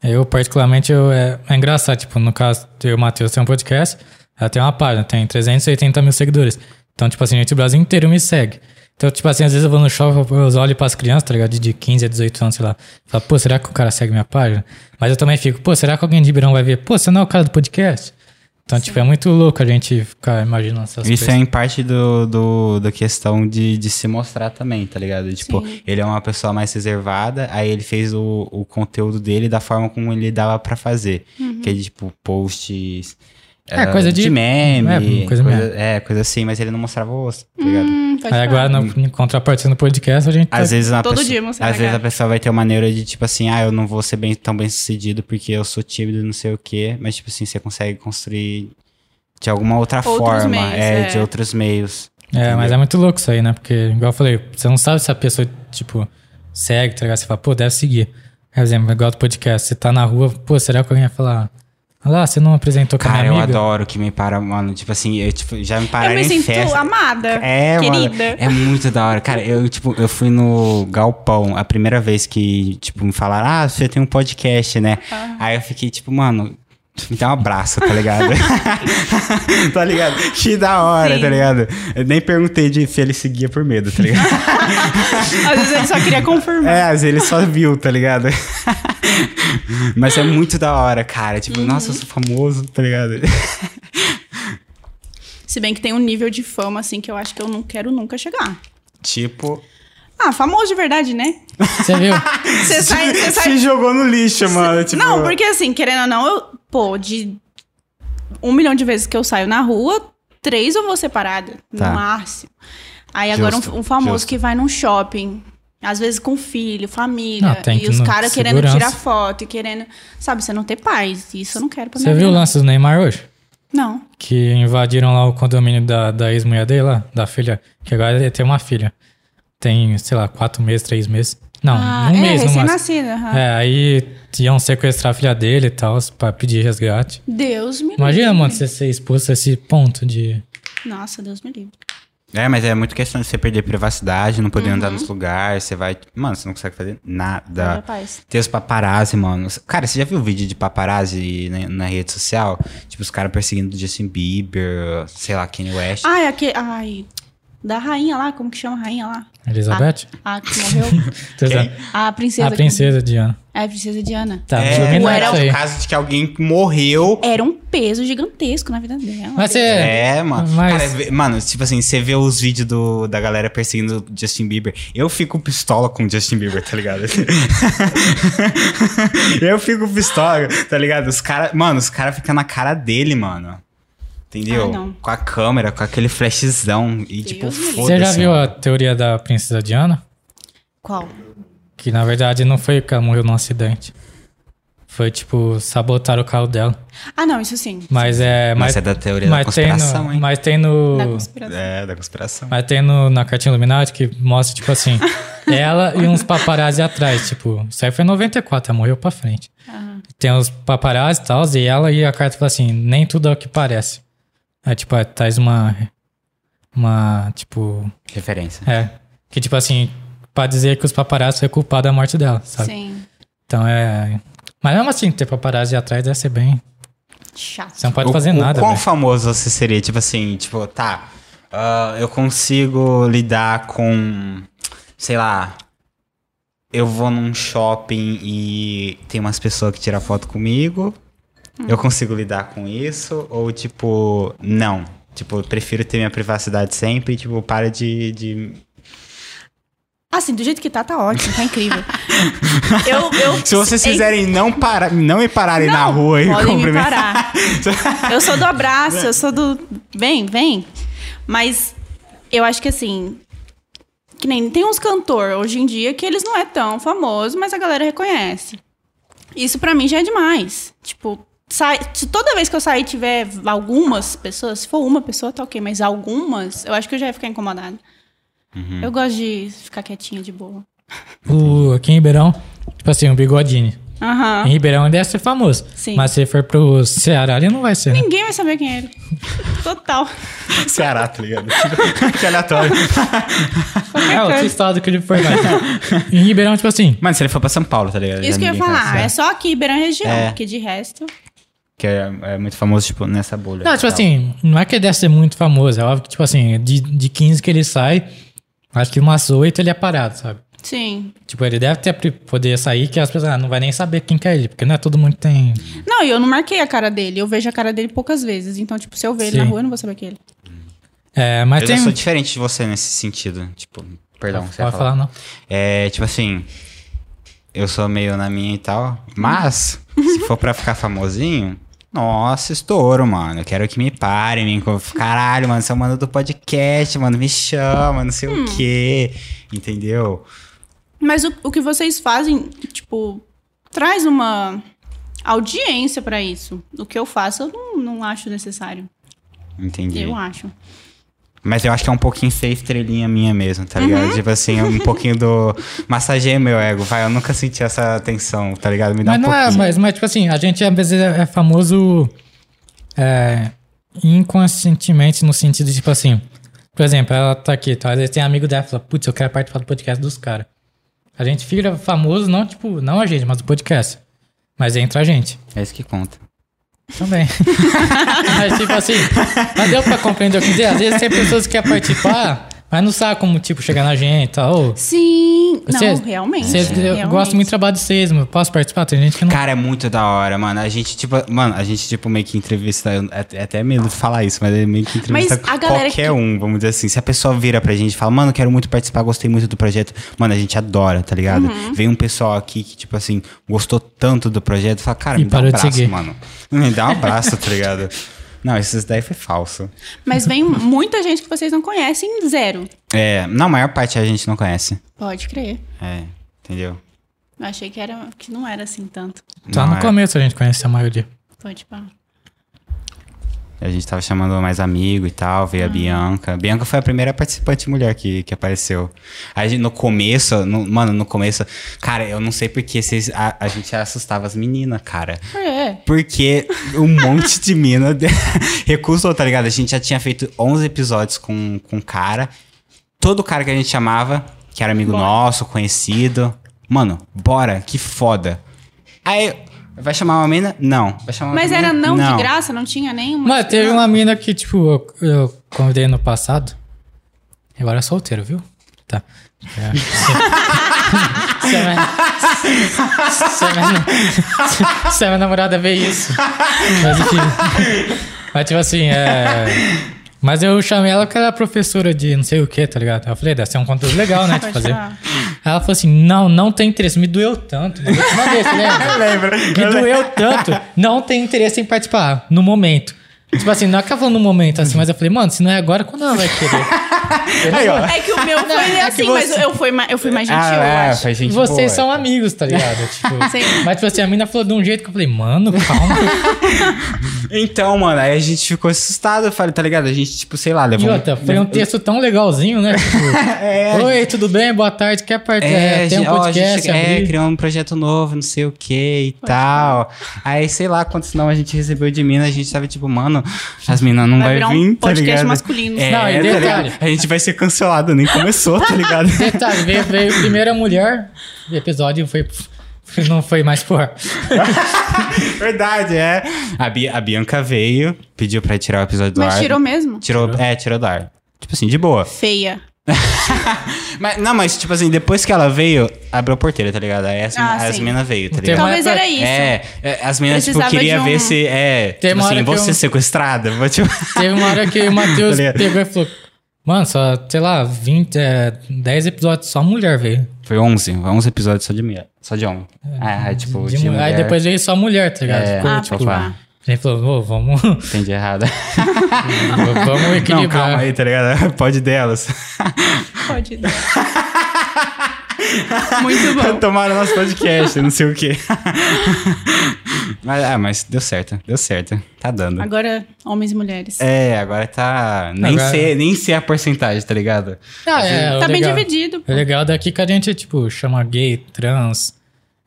A: Eu, particularmente, eu, é, é engraçado. Tipo, no caso, eu e o Matheus tem um podcast, ela tem uma página, tem 380 mil seguidores. Então, tipo assim, gente, o Brasil inteiro me segue. Então, tipo assim, às vezes eu vou no shopping, eu olho pras crianças, tá ligado? De- De 15 a 18 anos, sei lá. Falo, pô, será que o cara segue minha página? Mas eu também fico, pô, será que alguém de Ribeirão vai ver? Pô, você não é o cara do podcast? Então, tipo, é muito louco a gente ficar imaginando essas coisas.
B: Isso é em parte do, do, da questão de, de se mostrar também, tá ligado? Tipo,
C: Sim.
B: ele é uma pessoa mais reservada, aí ele fez o, o conteúdo dele da forma como ele dava pra fazer.
C: Uhum.
B: Que é de, tipo, posts.
A: É,
B: eh,
A: coisa de-
B: meme.
A: é, coisa meme.
B: é, coisa assim, mas ele não mostrava o rosto, tá ligado?
C: Hum, pode
A: Aí
C: falar.
A: agora, no, em contrapartida no podcast, a gente tá
B: Às vezes, uma
C: Todo
B: pessoa,
C: dia mostrar
B: às
C: a
B: vezes a
C: cara.
B: pessoa vai ter uma maneira de tipo assim, ah, eu não vou ser bem, tão bem sucedido porque eu sou tímido, não sei o quê, mas tipo assim, você consegue construir de alguma outra
C: Outros
B: forma,
C: meios,
B: é,
C: é.
B: de outros meios.
A: É, mas
B: Entendeu?
A: é muito louco isso aí, né? Porque, igual eu falei, você não sabe se a pessoa, tipo, segue, tá ligado? Você fala, pô, deve seguir. Por exemplo, igual do podcast, você tá na rua, pô, será que alguém vai falar? Olha lá, você não apresentou com a
B: Cara,
A: minha
B: eu
A: amiga?
B: adoro que me para, mano, tipo assim, eu tipo, já me
C: Eu
B: pararam
C: me
B: em
C: sinto
B: festa.
C: amada,
B: É, mano,
C: querida.
B: é muito da hora. Cara, eu, tipo, eu fui no Galpão a primeira vez que, tipo, me falaram, ah, você tem um podcast, né?
C: Ah.
B: Aí eu fiquei, tipo, mano, me dá um abraço, tá ligado? tá ligado? Que da hora,
C: Sim.
B: tá ligado? Eu nem perguntei de, se ele seguia por medo, tá ligado?
C: Às vezes ele só queria confirmar.
B: É, às vezes ele só viu, tá ligado? Mas é muito da hora, cara.
C: Uhum.
B: Tipo, nossa, eu sou famoso, tá ligado?
C: Se bem que tem um nível de fama, assim, que eu acho que eu não quero nunca chegar.
B: tipo,
C: Ah, famoso de verdade, né?
A: Você viu?
C: Você sai, você
B: se
C: sai
B: jogou no lixo, mano. Tipo,
C: Não, porque assim, querendo ou não, eu, pô, de um milhão de vezes que eu saio na rua, três eu vou separada,
B: Tá.
C: no máximo. Aí
B: Justo,
C: agora um, um famoso
B: justo.
C: que vai num shopping, às vezes com filho, família,
A: Não, tem
C: e
A: que
C: os
A: no-
C: caras querendo
A: segurança.
C: tirar foto e querendo, sabe, você não ter paz, isso eu não quero pra
A: Você
C: minha
A: viu o
C: vida.
A: lance do Neymar hoje?
C: Não.
A: Que invadiram lá o condomínio da, da ex-mulher dele lá, da filha, que agora ele tem uma filha. Tem, sei lá, quatro meses, três meses. Não,
C: Ah,
A: um
C: é,
A: mês, no máximo.
C: recém-nascida. aham.
A: É, aí iam sequestrar a filha dele e tal, pra pedir resgate.
C: Deus me livre.
A: Imagina, mano, você ser exposto a esse ponto de.
C: Nossa, Deus me livre.
B: É, mas é muito questão de você perder privacidade, não poder
C: Uhum.
B: andar nos lugares, você vai. Mano, você não consegue fazer
C: Olha,
B: nada.
C: Rapaz.
B: Tem os paparazzi, mano. Cara, você já viu o vídeo de paparazzi na, na rede social? Tipo, os caras perseguindo o Justin Bieber, sei lá, Kanye West.
C: Ai, aqui, Ah, é ai. Da rainha lá, como que chama a rainha lá?
A: Elizabeth?
C: A que morreu?
A: Quem?
C: a princesa.
A: A
C: que-
A: princesa Diana.
C: É, a princesa Diana.
A: Tá,
B: É,
A: é,
C: Ou
A: não
C: era
A: isso
B: é
A: aí.
B: o caso de que alguém morreu.
C: Era um peso gigantesco na vida dela.
A: Mas você.
B: É, mano.
A: Mas-
B: Cara, vê- mano, tipo assim, você vê os vídeos do, da galera perseguindo o Justin Bieber. Eu fico pistola com o Justin Bieber, tá ligado? eu fico pistola, tá ligado? Os caras. Mano, os caras ficam na cara dele, mano.
C: Ah,
B: Entendeu?
C: não.
B: com a câmera, com aquele flashzão. E tipo,
C: me livre.
B: foda-se.
A: Você já viu
B: mano.
A: a teoria da princesa Diana?
C: Qual?
A: Que na verdade não foi que ela morreu num acidente. Foi tipo, sabotaram o carro dela.
C: Ah, não, isso sim.
A: Mas é.
B: Mas
A: Mas,
B: é da teoria da
A: mas tem
B: conspiração,
A: no.
B: hein?
A: Mas tem no.
C: Da conspiração.
B: É, da conspiração.
A: Mas tem no, na cartinha Illuminati que mostra, tipo assim, ela e uns paparazzi atrás, tipo, isso aí foi em 94, ela morreu pra frente. Tem os paparazzi e tal, e ela e a carta fala assim, nem tudo é o que parece. É tipo, é, traz uma. Uma. Tipo.
B: Referência.
A: É. Que tipo assim, pra dizer que os paparazzi foi culpado da morte dela, sabe?
C: Sim.
A: Então é. Mas mesmo assim, ter paparazzi atrás deve ser bem.
C: Chato.
A: Você não pode
B: O-
A: fazer
B: o
A: nada.
B: Quão
A: velho.
B: famoso você seria? Tipo assim, tipo, tá. ah, eu consigo lidar com. Sei lá. eu vou num shopping e tem umas pessoas que tiram foto comigo, eu consigo lidar com isso? Ou, tipo, não? Tipo, eu prefiro ter minha privacidade sempre, tipo, para de. de...
C: Assim, do jeito que tá, tá ótimo, tá incrível. eu, eu, é
B: Se vocês
C: ei,
B: fizerem não, para, não me pararem na
C: Não,
B: rua e
C: podem me
B: cumprimentar. Né?
C: Eu sou do abraço, eu sou do. Vem, vem. Mas eu acho que assim. Que nem tem uns cantor hoje em dia que eles não é tão famoso, mas a galera reconhece. Isso pra mim já é demais. Tipo, sai, se toda vez que eu sair tiver algumas pessoas, se for uma pessoa, tá ok, mas algumas, eu acho que eu já ia ficar incomodada.
B: Uhum.
C: Eu gosto de ficar quietinha de boa.
A: O, aqui em Ribeirão, tipo assim, o Bigodini.
C: Aham.
A: Em Ribeirão ele deve ser famoso.
C: Ah. Sim.
A: Mas se for pro Ceará, ele não vai ser. né?
C: Ninguém vai saber quem é ele. Total.
B: Ceará, tá ligado? que aleatório.
A: É outro estado que ele foi lá. em Ribeirão, tipo assim,
B: Mano, se ele for pra São Paulo, tá ligado?
C: Isso
B: Já
C: que eu ia
B: ninguém
C: falar.
B: conhece,
C: É só aqui, Ribeirão e região,
B: É.
C: porque de resto.
B: Que é, é muito famoso, tipo, nessa bolha.
A: Não, tipo
B: e tal.
A: assim, não é que ele deve ser muito famoso. É óbvio que, tipo assim, de, de 15 que ele sai, acho que umas 8 ele é parado, sabe?
C: Sim.
A: Tipo, ele deve ter pri- poder sair que as pessoas ah, não vai nem saber quem que é ele, porque não é todo mundo que tem.
C: Não, e eu não marquei a cara dele. Eu vejo a cara dele poucas vezes. Então, tipo, se eu ver ele na
A: Sim.
C: rua, eu não vou saber que é ele.
A: É, mas
B: Eu
A: tem.
B: já sou diferente de você nesse sentido. Tipo, perdão,
A: pode
B: você ia
A: falar,
B: falar.
A: não.
B: É, tipo assim, eu sou meio na minha e tal, mas se for pra ficar famosinho, nossa, estouro, mano. Eu quero que me parem, me encon- caralho, mano, você é o mano do podcast, mano, me chama, não
A: Hum.
B: sei o quê. Entendeu?
C: Mas o, o que vocês fazem, tipo, traz uma audiência pra isso. O que eu faço, eu não, não acho necessário.
B: Entendi.
C: Eu acho.
B: Mas eu acho que é um pouquinho ser estrelinha minha mesmo, tá ligado?
C: Uhum.
B: Tipo assim, é um pouquinho do. Massageia meu ego, vai. Eu nunca senti essa tensão, tá ligado? Me dá
A: Mas
B: um
A: não
B: pouquinho.
A: é, mas, mas, tipo assim, a gente às vezes é é famoso é, inconscientemente no sentido de, tipo assim, por exemplo, ela tá aqui, tá, às vezes tem amigo dela e fala, putz, eu quero participar do podcast dos caras. A gente fica famoso, não, tipo, não a gente, mas o podcast. Mas entra a gente
B: É isso que conta.
A: também. mas tipo assim, mas deu pra compreender o que dizer? Às vezes tem pessoas que querem participar, mas não sabe como, tipo, chegar na gente e tal. Ô,
C: Sim.
A: vocês-
C: não, realmente.
A: vocês- eu
C: realmente.
A: gosto muito do trabalho de vocês, mas posso participar? Tem gente que não.
B: Cara, é muito da hora, mano. A gente, tipo, mano, a gente, tipo, meio que entrevista. eu- É é até medo de falar isso, mas é meio que entrevista
C: Mas a galera
B: qualquer
C: que-
B: um, vamos dizer assim. Se a pessoa vira pra gente e fala, mano, quero muito participar, gostei muito do projeto. Mano, a gente adora, tá ligado?
C: Uhum.
B: Vem um pessoal aqui que, tipo assim, gostou tanto do projeto, fala, cara,
A: E
B: me dá um
A: parou de
B: abraço,
A: seguir.
B: mano. Me dá um abraço, tá ligado? Não, isso daí foi falso.
C: Mas vem muita gente que vocês não conhecem, zero.
B: É, na maior parte a gente não conhece.
C: Pode crer.
B: É, entendeu?
C: Eu achei que, era, que não era assim tanto. tipo, ah.
A: Só
B: Não
A: Tá no
B: é.
A: começo a gente conhece a maioria.
C: Pode pá.
B: A gente tava chamando mais amigo e tal, veio a Bianca. Bianca foi a primeira participante mulher que, que apareceu. A gente, no começo, no- mano, no começo, cara, eu não sei porque vocês, a, a gente assustava as meninas, cara.
C: É.
B: Porque um monte de mina de- recusou, tá ligado? A gente já tinha feito 11 episódios com com cara. Todo cara que a gente chamava, que era amigo
C: Bora.
B: nosso, conhecido. Mano, bora, que foda. Aí, vai chamar uma mina? Não. Vai chamar
C: Mas
B: outra
C: era
B: mina?
C: não, de graça, não tinha nenhuma.
A: Mano, teve uma mina que, tipo, eu, eu convidei no passado. Agora é solteiro, viu? Tá. É, se- se, a minha, se, a minha, se a minha namorada vê isso. Mas enfim. Mas tipo assim, é. Mas eu chamei ela porque ela era professora de não sei o que, tá ligado? Eu falei, deve ser um conteúdo legal, né? De
C: Pode
A: fazer.
C: falar.
A: Ela falou assim: não, não tem interesse. Me doeu tanto. né? Uma última vez, lembra?
B: Lembra?
A: Me doeu tanto. Não tem interesse em participar no momento. Tipo assim, não é que ela falou no momento assim, mas eu falei, mano, se não é agora, quando ela vai querer?
B: Aí, ó.
C: É que o meu foi assim, mas eu fui mais, eu fui mais gentil, eu acho.
B: Ah, é, foi gente
A: Vocês
B: boa.
A: são amigos, tá ligado? Tipo,
C: Sim.
A: mas tipo assim, a mina falou de um jeito que eu falei, mano, calma.
B: Então, mano, aí a gente ficou assustado, eu falei, tá ligado? A gente, tipo, sei lá,
A: E
B: levou...
A: outra, foi um texto tão legalzinho, né? Tipo,
B: É,
A: oi, tudo bem? Boa tarde, quer participar?
B: é,
A: tem um
B: ó, a
A: podcast,
B: gente, é,
A: abrir.
B: criou um projeto novo, não sei o que e tal. Aí, sei lá, quantos não a gente recebeu de mina, a gente tava tipo, mano, as minas não vai,
C: Vai virar um
B: vir, tá
C: podcast
B: ligado?
C: masculino.
B: É,
A: Não, e
B: tá
A: detalhe.
B: ligado? A gente vai ser cancelado, nem começou, tá ligado?
A: Detalhe, veio, veio a primeira mulher, o episódio foi... Não foi mais por.
B: Verdade, é. A, Bi- a Bianca veio, pediu pra tirar o episódio do
C: Mas
B: ar.
C: tirou mesmo?
B: Tirou, é, tirou do ar. Tipo assim, de boa.
C: Feia.
B: Mas, não, mas tipo assim, depois que ela veio, abriu a porteira, tá ligado? Aí as,
C: Ah,
B: as
C: sim.
B: minas veio, tá
A: Não tem
B: ligado?
A: mais-
C: Talvez
A: mas-
C: era isso.
B: É, é, as meninas, tipo,
C: Precisava
B: queria
C: de um-
B: ver se, é,
A: Tem
B: tipo
A: uma
B: assim,
A: hora que
B: vou ser
A: eu-
B: sequestrada, vou, tipo...
A: Teve uma hora que o Matheus
B: Tá ligado?
A: pegou e falou: Mano, só, sei lá, 20, é, 10 episódios só mulher veio.
B: Foi 11, 11 episódios só de mulher, só de homem. Ah,
A: É,
B: tipo,
A: De
B: de,
A: mulher.
B: mulher,
A: Aí depois veio só mulher, tá ligado?
B: É,
A: Ficou,
C: ah,
B: tipo,
C: pode
B: pá.
C: falar.
A: a gente falou: "Ô, vamos,
B: entendi errado.
A: vamos
B: Não,
A: equilibrar.
B: calma aí, tá ligado? Pode delas.
C: Pode dar. Muito bom.
B: Tomaram nosso podcast, não sei o quê. mas, ah, mas deu certo, deu certo, tá dando.
C: Agora, homens e mulheres.
B: É, agora tá... Nem,
A: Agora-
B: Sei, nem sei a porcentagem, tá ligado?
A: Ah, é, o
C: tá bem
A: legal-
C: dividido.
A: O legal daqui que a gente, tipo, chama gay, trans,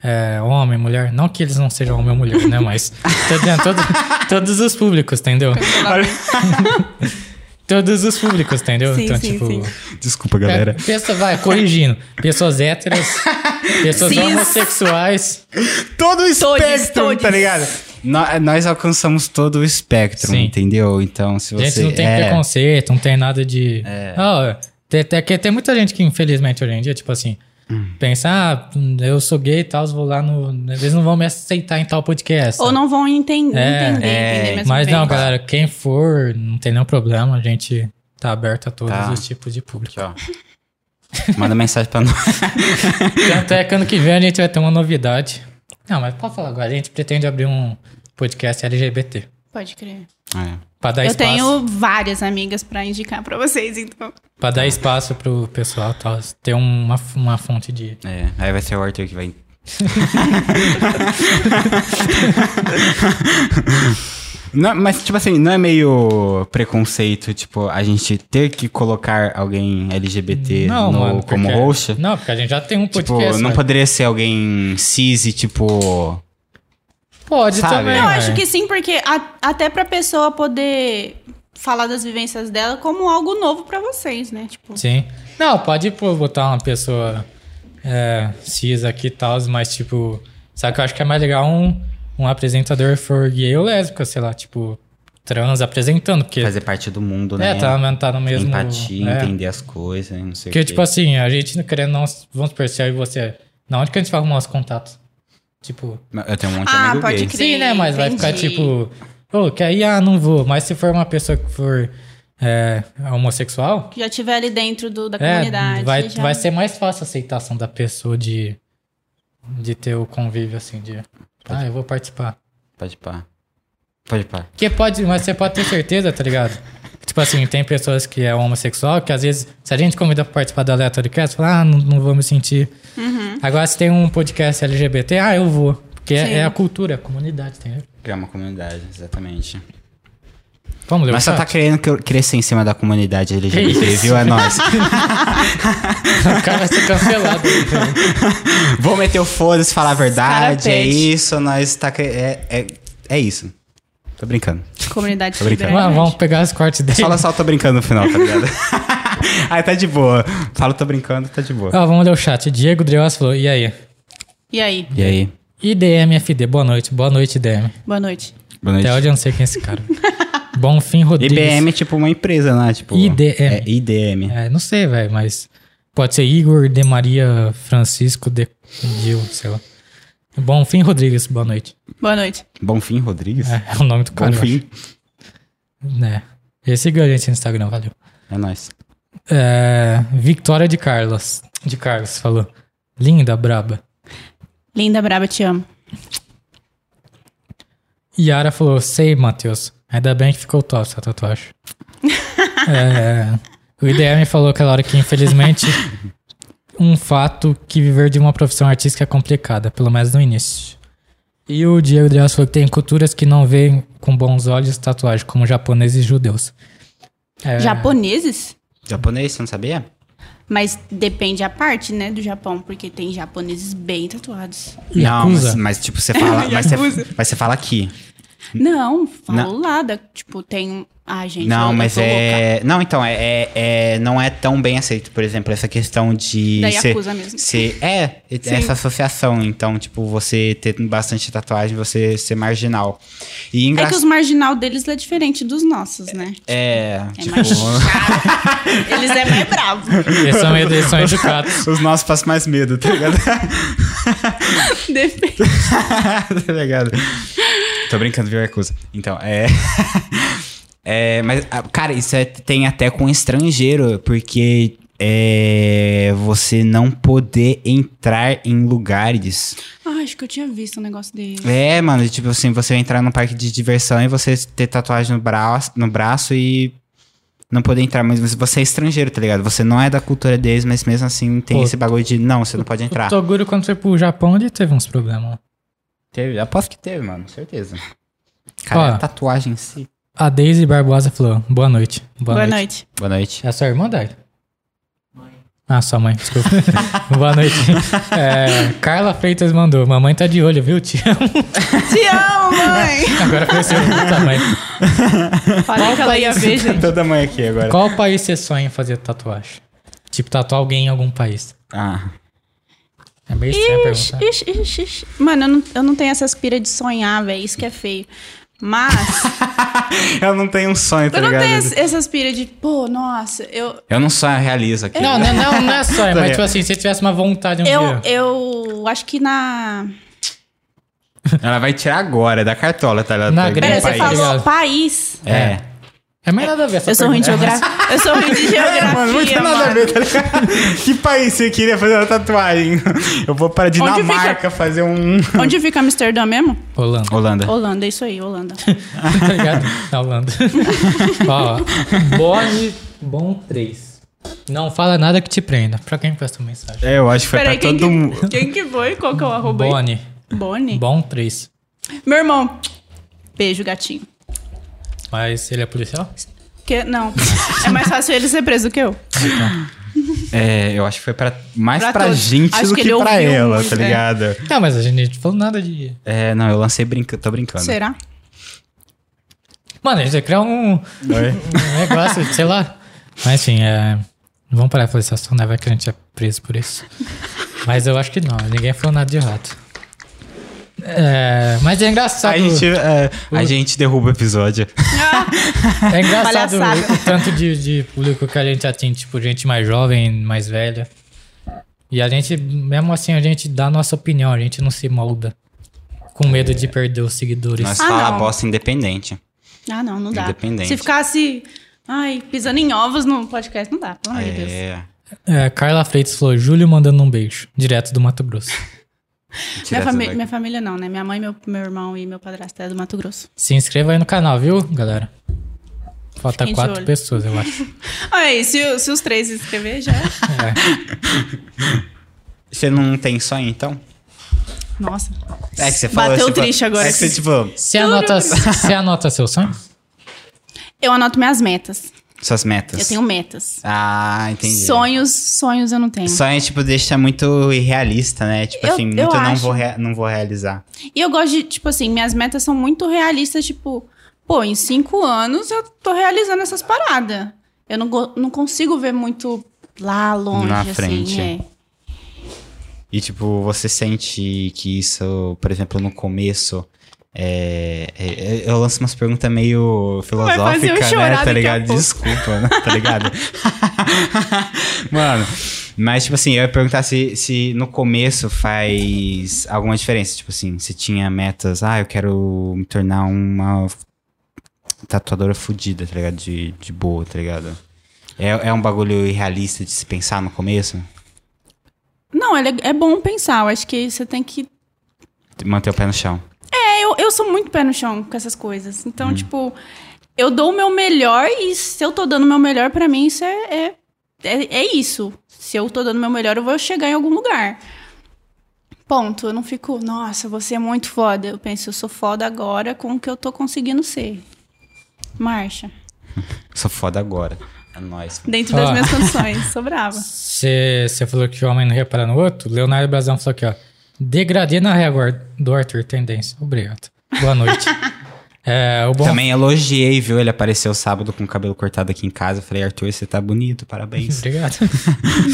A: é, homem, mulher. Não que eles não sejam homem ou mulher, né? Mas tá dizendo, todo- todos os públicos, entendeu?
B: Olha-
A: Todos os públicos, entendeu?
C: Sim,
A: então,
C: sim,
A: tipo.
C: sim.
B: Desculpa,
A: é,
B: galera.
A: pessoa, vai, corrigindo. Pessoas héteras, pessoas
C: Cis.
A: homossexuais.
B: todo o
C: Todes,
B: espectro,
C: todes.
B: tá ligado? No- nós alcançamos todo o espectro,
A: Sim.
B: entendeu? Então, se
A: A
B: você.
A: gente não tem
B: é,
A: preconceito, não tem nada de. Ah, tem, tem, que- tem muita gente que, infelizmente, hoje em dia, tipo assim,
C: Hum.
A: pensa, ah, eu sou gay e tal, vou lá no. Eles não vão me aceitar em tal podcast.
C: Ou não vão enten-
A: É,
C: entender,
B: é.
C: entender mesmo
A: Mas
C: bem.
A: não, galera, quem for, não tem nenhum problema, a gente tá aberto a todos
B: Tá.
A: os tipos de público.
B: Aqui, ó. Manda mensagem pra nós.
A: Tanto é que ano que vem a gente vai ter uma novidade. Não, mas pode falar agora, a gente pretende abrir um podcast LGBT.
C: Pode crer.
B: É.
A: Pra dar
C: Eu
A: espaço.
C: tenho várias amigas pra indicar pra vocês, então.
A: Pra dar espaço pro pessoal e tal. Ter um, uma, uma fonte de.
B: É, Aí vai ser o Arthur que vai. Não, mas, tipo assim, não é meio preconceito, tipo, a gente ter que colocar alguém LGBT no- como
A: porque-
B: host?
A: Não, porque a gente já tem um
B: Tipo,
A: podcast.
B: não
A: né?
B: poderia ser alguém cis e, tipo,
A: Pode
B: Sabe?
A: também.
B: Não,
C: Eu
A: né?
C: acho que sim, porque a- até pra pessoa poder falar das vivências dela como algo novo pra vocês, né? Tipo,
A: Sim. Não, pode pô, botar uma pessoa é, cis aqui e tal, mas tipo. Sabe que eu acho que é mais legal um, um apresentador for gay ou lésbica, sei lá, tipo, trans apresentando, porque.
B: fazer parte do mundo, né?
A: é, tá, tá no mesmo.
B: Empatia,
A: é.
B: entender as coisas, né, não sei
A: Porque,
B: o quê.
A: tipo assim, a gente não querendo não. Vamos supor, se eu e você. Na onde que a gente vai arrumar os contatos? Tipo.
B: Mas Eu tenho um monte de
C: Ah,
B: amigo
C: pode
B: gay.
C: crer.
A: Sim, né? Mas vai ficar
C: entendi.
A: tipo. Ô, que aí, ah, não vou. Mas se for uma pessoa que for é, homossexual,
C: que já tiver ali dentro do, da
A: é,
C: comunidade.
A: vai,
C: já...
A: vai ser mais fácil a aceitação da pessoa de, de ter o convívio, assim, de. Ah, eu vou participar.
B: Pode pá. Pode pá.
A: Porque pode, mas você pode ter certeza, tá ligado? Tipo assim, tem pessoas que é homossexual que às vezes, se a gente convida pra participar da Aleatório Cast, fala, ah, não, não vou me sentir. Agora, se tem um podcast LGBT, ah, eu vou. Porque
C: Uhum. Sim.
A: é, é a cultura, a comunidade, tem.
B: Criar uma comunidade, exatamente.
A: Vamos ler
B: Mas
A: o
B: só
A: chat?
B: tá querendo que eu cresça em cima da comunidade
A: Que
B: LGBT,
A: isso?
B: viu? É nóis.
A: O cara vai ser cancelado.
B: Vou meter o foda-se, falar a verdade, é
C: pede.
B: isso, nós tá... cre- É, é, é isso. Tô brincando.
C: Comunidade
B: Tô brincando.
C: liberal.
A: Mano, Ah, vamos pegar os cortes dele.
B: Fala só, tô brincando no final, tá ligado? Aí tá de boa. Fala, tô brincando, tá de boa.
A: Ó, vamos ler o chat. Diego Dreos falou, e aí?
C: E aí?
B: E aí?
A: IDMFD, boa noite. Boa noite, DM.
C: Boa noite.
B: Boa
A: Até
B: noite.
A: hoje eu não sei quem é esse cara. Bonfim Rodrigues.
B: IBM é tipo uma empresa, né? Tipo,
A: IDM.
B: É IDM.
A: É, não sei, velho, mas pode ser Igor de Maria Francisco de Gil, sei lá. Bonfim Rodrigues, boa noite.
C: Boa noite.
B: Bonfim Rodrigues?
A: É, é o nome do cara. eu
B: Bonfim.
A: acho. Né? E siga a gente no Instagram, valeu.
B: É nóis.
A: É, Victoria de Carlos. De Carlos falou. Linda, braba.
C: Linda, braba, te amo.
A: Yara falou, sei, Matheus. Ainda bem que ficou top essa tatuagem. É, o IDM falou aquela hora que, infelizmente, um fato que viver de uma profissão artística é complicada, pelo menos no início. E o Diego Drias falou que tem culturas que não veem com bons olhos tatuagem, como japoneses e judeus. É,
C: Japoneses?
B: Japonês, você não sabia?
C: Mas depende a parte, né, do Japão, porque tem japoneses bem tatuados.
B: Não, mas,
A: Yakuza.
B: mas, tipo, você fala. mas, você, mas você fala aqui.
C: Não, falo lá, da- tipo, tem Ah, gente,
B: Não,
C: eu- eu
B: mas
C: tô louca.
B: é. Não, então, é, é- é- Não é tão bem aceito, por exemplo, essa questão de.
C: Da
B: ser-
C: Yakuza mesmo.
B: ser- é, é essa associação. Então, tipo, você ter bastante tatuagem, você ser marginal. E
C: É que
B: engraçado.
C: os marginal deles é diferente dos nossos, né?
B: É,
C: É
B: tipo,
C: mais chato. Eles é mais bravo.
A: Eles são, eles são educados.
B: os nossos passam mais medo, tá ligado?
C: Depende.
B: tá ligado? Tô brincando, viu, Yakuza? Então, é. É, mas, ah, cara, isso é- tem até com estrangeiro, porque é, você não poder entrar em lugares.
C: Ah, acho que eu tinha visto um negócio dele.
B: É, mano, tipo assim, você entrar num parque de diversão e você ter tatuagem no braço, no braço e não poder entrar. Mas você é estrangeiro, tá ligado? Você não é da cultura deles, mas mesmo assim tem
A: Pô,
B: esse bagulho de não, você não pode entrar.
A: O Toguro, quando foi pro Japão, ele teve uns problemas.
B: Teve, aposto que teve, mano, certeza. Cara,
A: Ó.
B: a tatuagem em si.
A: A Daisy Barbosa falou: Boa noite. Boa,
C: Boa,
A: noite.
C: noite.
B: Boa noite.
A: É a sua irmã, Dai? Ah, sua mãe, desculpa. Boa noite. É, Carla Freitas mandou. Mamãe tá de olho, viu, Te amo.
C: Te amo, mãe!
A: Agora conheceu o tamanho.
C: Falei que ela ia ver, gente.
B: Toda mãe aqui agora.
A: Qual país você sonha em fazer tatuagem? Tipo, tatuar alguém em algum país.
B: Ah,
A: É meio estranho a
C: Ixi,
A: pergunta.
C: ixi, ixi, ixi. Mano, eu não, eu não tenho essa aspira de sonhar, velho. Isso que é feio. Mas
B: eu não tenho um sonho, tá
C: eu não
B: ligado?
C: tenho essa- essa aspira de, pô, nossa, eu,
B: Eu não sonho, eu realizo aqui.
A: Não, não, não, não é sonho, mas tipo assim, se você tivesse uma vontade um
C: eu,
A: dia.
C: eu acho que na.
B: Ela vai tirar agora da cartola, tá ligado?
A: Na
B: Pega um
A: Grécia,
C: Pera,
A: um
C: você
A: país.
C: falou
A: Obrigado.
C: país.
B: É.
A: É mais nada a ver. essa
C: Eu sou ruim de
A: pergunta.
C: geografia. Eu sou ruim de É. geografia.
B: É, Mano, não tem
C: mano.
B: nada a ver, tá ligado? Que país você queria fazer uma tatuagem? Eu vou para Dinamarca fazer um.
C: Onde fica Amsterdã mesmo?
A: Holanda,
B: Holanda.
C: Holanda, isso aí, Holanda.
A: tá ligado? Na Holanda. Ó, Bode Bom 3. Não fala nada que te prenda. Pra quem prestou mensagem?
B: É, eu acho que foi
C: Peraí,
B: pra
C: quem,
B: todo mundo.
C: que, quem que foi? Qual que é o arroba aí?
A: Bone.
C: Boni.
A: Bom 3.
C: Meu irmão. Beijo, gatinho.
A: Mas ele é policial?
C: Que, não, é mais fácil ele ser preso do que eu.
B: Tá É, eu acho que foi pra, mais pra,
C: Pra todos.
B: gente
C: Acho
B: do
C: que
B: que,
C: ele
B: pra
C: ouviu
B: ela,
C: muito,
B: tá
C: né?
B: ligado?
A: Não, mas a gente não falou nada de.
B: É, não, eu lancei brincando, tô brincando.
C: Será?
A: Mano, a gente ia criar um, um
B: Oi?
A: negócio, sei lá. Mas enfim, é. Não vamos parar de falar esse assunto, né? Vai que a gente é preso por isso. Mas eu acho que não, ninguém falou nada de errado. É, mas é
C: Tá
A: engraçado.
B: A gente, é, a gente derruba o episódio.
A: É engraçado
C: Palhaçada.
A: o tanto de, de público que a gente atende, tipo, gente mais jovem, mais velha. E a gente, mesmo assim, a gente dá a nossa opinião, a gente não se molda. Com medo de perder os seguidores.
B: Nós
C: Ah,
B: fala
C: não.
B: bosta independente.
C: Ah, não, não dá.
B: Independente.
C: Se ficasse, ai, pisando em ovos no podcast, não dá, pelo amor de Deus.
B: É.
A: É, Carla Freitas falou, Júlio mandando um beijo, direto do Mato Grosso.
B: tira
C: Minha,
B: essa
C: fami-
B: daqui.
C: minha família não, né? Minha mãe, meu, meu irmão e meu padrasto é do Mato Grosso.
A: Se inscreva aí no canal, viu, galera? Falta
C: Fiquem de
A: quatro
C: olho.
A: pessoas, eu acho.
C: Aí, se, o- se os três se inscrever, já. é.
B: Você não tem sonho, então?
C: Nossa.
B: É que você falou.
C: Bateu
B: tipo,
C: triste agora.
B: É que você, tipo,
A: Você anota, você anota seus sonhos?
C: Eu anoto minhas metas.
B: suas metas.
C: Eu tenho metas.
B: Ah, entendi.
C: Sonhos, sonhos eu não tenho.
B: Sonho, tipo, deixa muito irrealista, né? Tipo
C: Eu-
B: assim,
C: eu
B: muito eu não
C: acho.
B: vou, rea- não vou realizar.
C: E eu gosto de, tipo assim, minhas metas são muito realistas, tipo, pô, em cinco anos eu tô realizando essas paradas. Eu não, go- não consigo ver muito lá longe,
B: Na
C: assim.
B: frente.
C: é.
B: E, tipo, você sente que isso, por exemplo, no começo. é, é, eu lanço umas perguntas meio
C: fazer eu
B: filosóficas,
C: chorar
B: né?
C: daqui
B: Tá
C: a
B: ligado?
C: pouco.
B: Desculpa, né? Tá ligado? Mano, mas, tipo assim, eu ia perguntar se, se no começo faz alguma diferença. Tipo assim, se tinha metas, ah, eu quero me tornar uma tatuadora fodida, tá ligado? De, de boa, tá ligado? É, é um bagulho irrealista de se pensar no começo?
C: Não, é, le- é bom pensar. Eu acho que você tem que.
B: Manter o pé no chão.
C: É, eu, eu sou muito pé no chão com essas coisas. Então,
A: Uhum.
C: tipo, eu dou o meu melhor e se eu tô dando o meu melhor, pra mim isso é, é, é, é isso. Se eu tô dando o meu melhor, eu vou chegar em algum lugar. Ponto. Eu não fico, nossa, você é muito foda. Eu penso, eu sou foda agora com o que eu tô conseguindo ser. Marcha.
B: Sou foda agora. É nóis.
C: Dentro
A: Ah.
C: das minhas condições. Sou brava.
A: Você você falou que o homem não repara no outro? Leonardo Brazão falou aqui, ó. Degradê na régua do Arthur Tendência. Obrigado. Boa noite. É, o bom
B: Também elogiei, viu? Ele apareceu sábado com o cabelo cortado aqui em casa. Eu falei, Arthur, você tá bonito, parabéns.
A: Obrigado.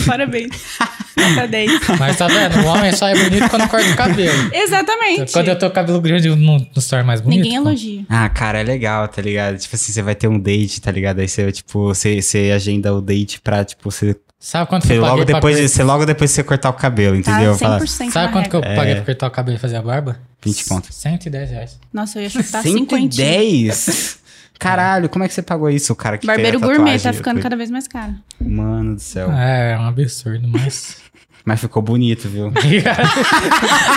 C: Parabéns. Nota 10.
A: Mas tá vendo, o homem só é bonito quando corta o cabelo.
C: Exatamente.
A: Quando eu tô com cabelo grande, eu não, não se torna mais bonito.
C: Ninguém
A: pô.
C: elogia.
B: Ah, cara, é legal, tá ligado? Tipo assim, você vai ter um date, tá ligado? Aí você, tipo, você, você agenda o date pra, tipo, você,
A: Sabe quanto que
B: você
A: eu
B: logo
A: paguei pra
B: depois,
A: cor-
B: de- você logo depois de você cortar o cabelo, entendeu?
C: Tá
B: Fala
C: 100%
A: Sabe
C: na
A: quanto que
C: regra.
A: eu paguei pra cortar o cabelo e fazer a barba?
B: 20 É. conto.
A: 110 reais.
C: Nossa, eu ia chutar 50.
B: 110? Caralho, como é que você pagou isso, cara? Que
C: Barbeiro
B: fez a
C: gourmet
B: tatuagem?
C: tá ficando cada vez mais caro.
B: Mano do céu.
A: É, é um absurdo, mas.
B: Mas ficou bonito, viu?
A: Obrigado.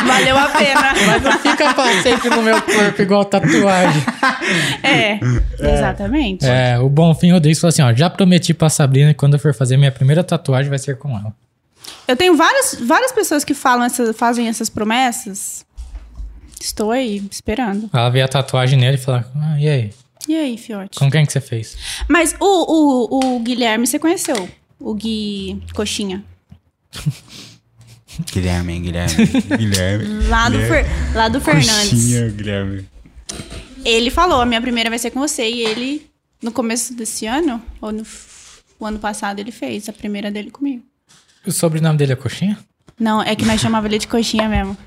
C: Valeu a pena.
A: Não fica pra sempre no meu corpo igual tatuagem.
C: é, exatamente.
A: É, o Bonfim Rodrigues falou assim: ó, já prometi pra Sabrina que quando eu for fazer minha primeira tatuagem vai ser com ela.
C: Eu tenho várias, várias pessoas que falam essas, fazem essas promessas. Estou aí, esperando.
A: Ela vê a tatuagem nele e fala: ah, e aí?
C: E aí, Fiote?
A: Com quem que você fez?
C: Mas o, o, o Guilherme você conheceu? O Gui Coxinha.
B: Guilherme, Guilherme. Guilherme.
C: Lá do, Fer- lá do Fernandes.
B: Coxinha, Guilherme.
C: Ele falou, a minha primeira vai ser com você. E ele, no começo desse ano, ou no f- o ano passado, ele fez a primeira dele comigo.
A: O sobrenome dele é Coxinha?
C: Não, é que nós chamava ele de coxinha mesmo.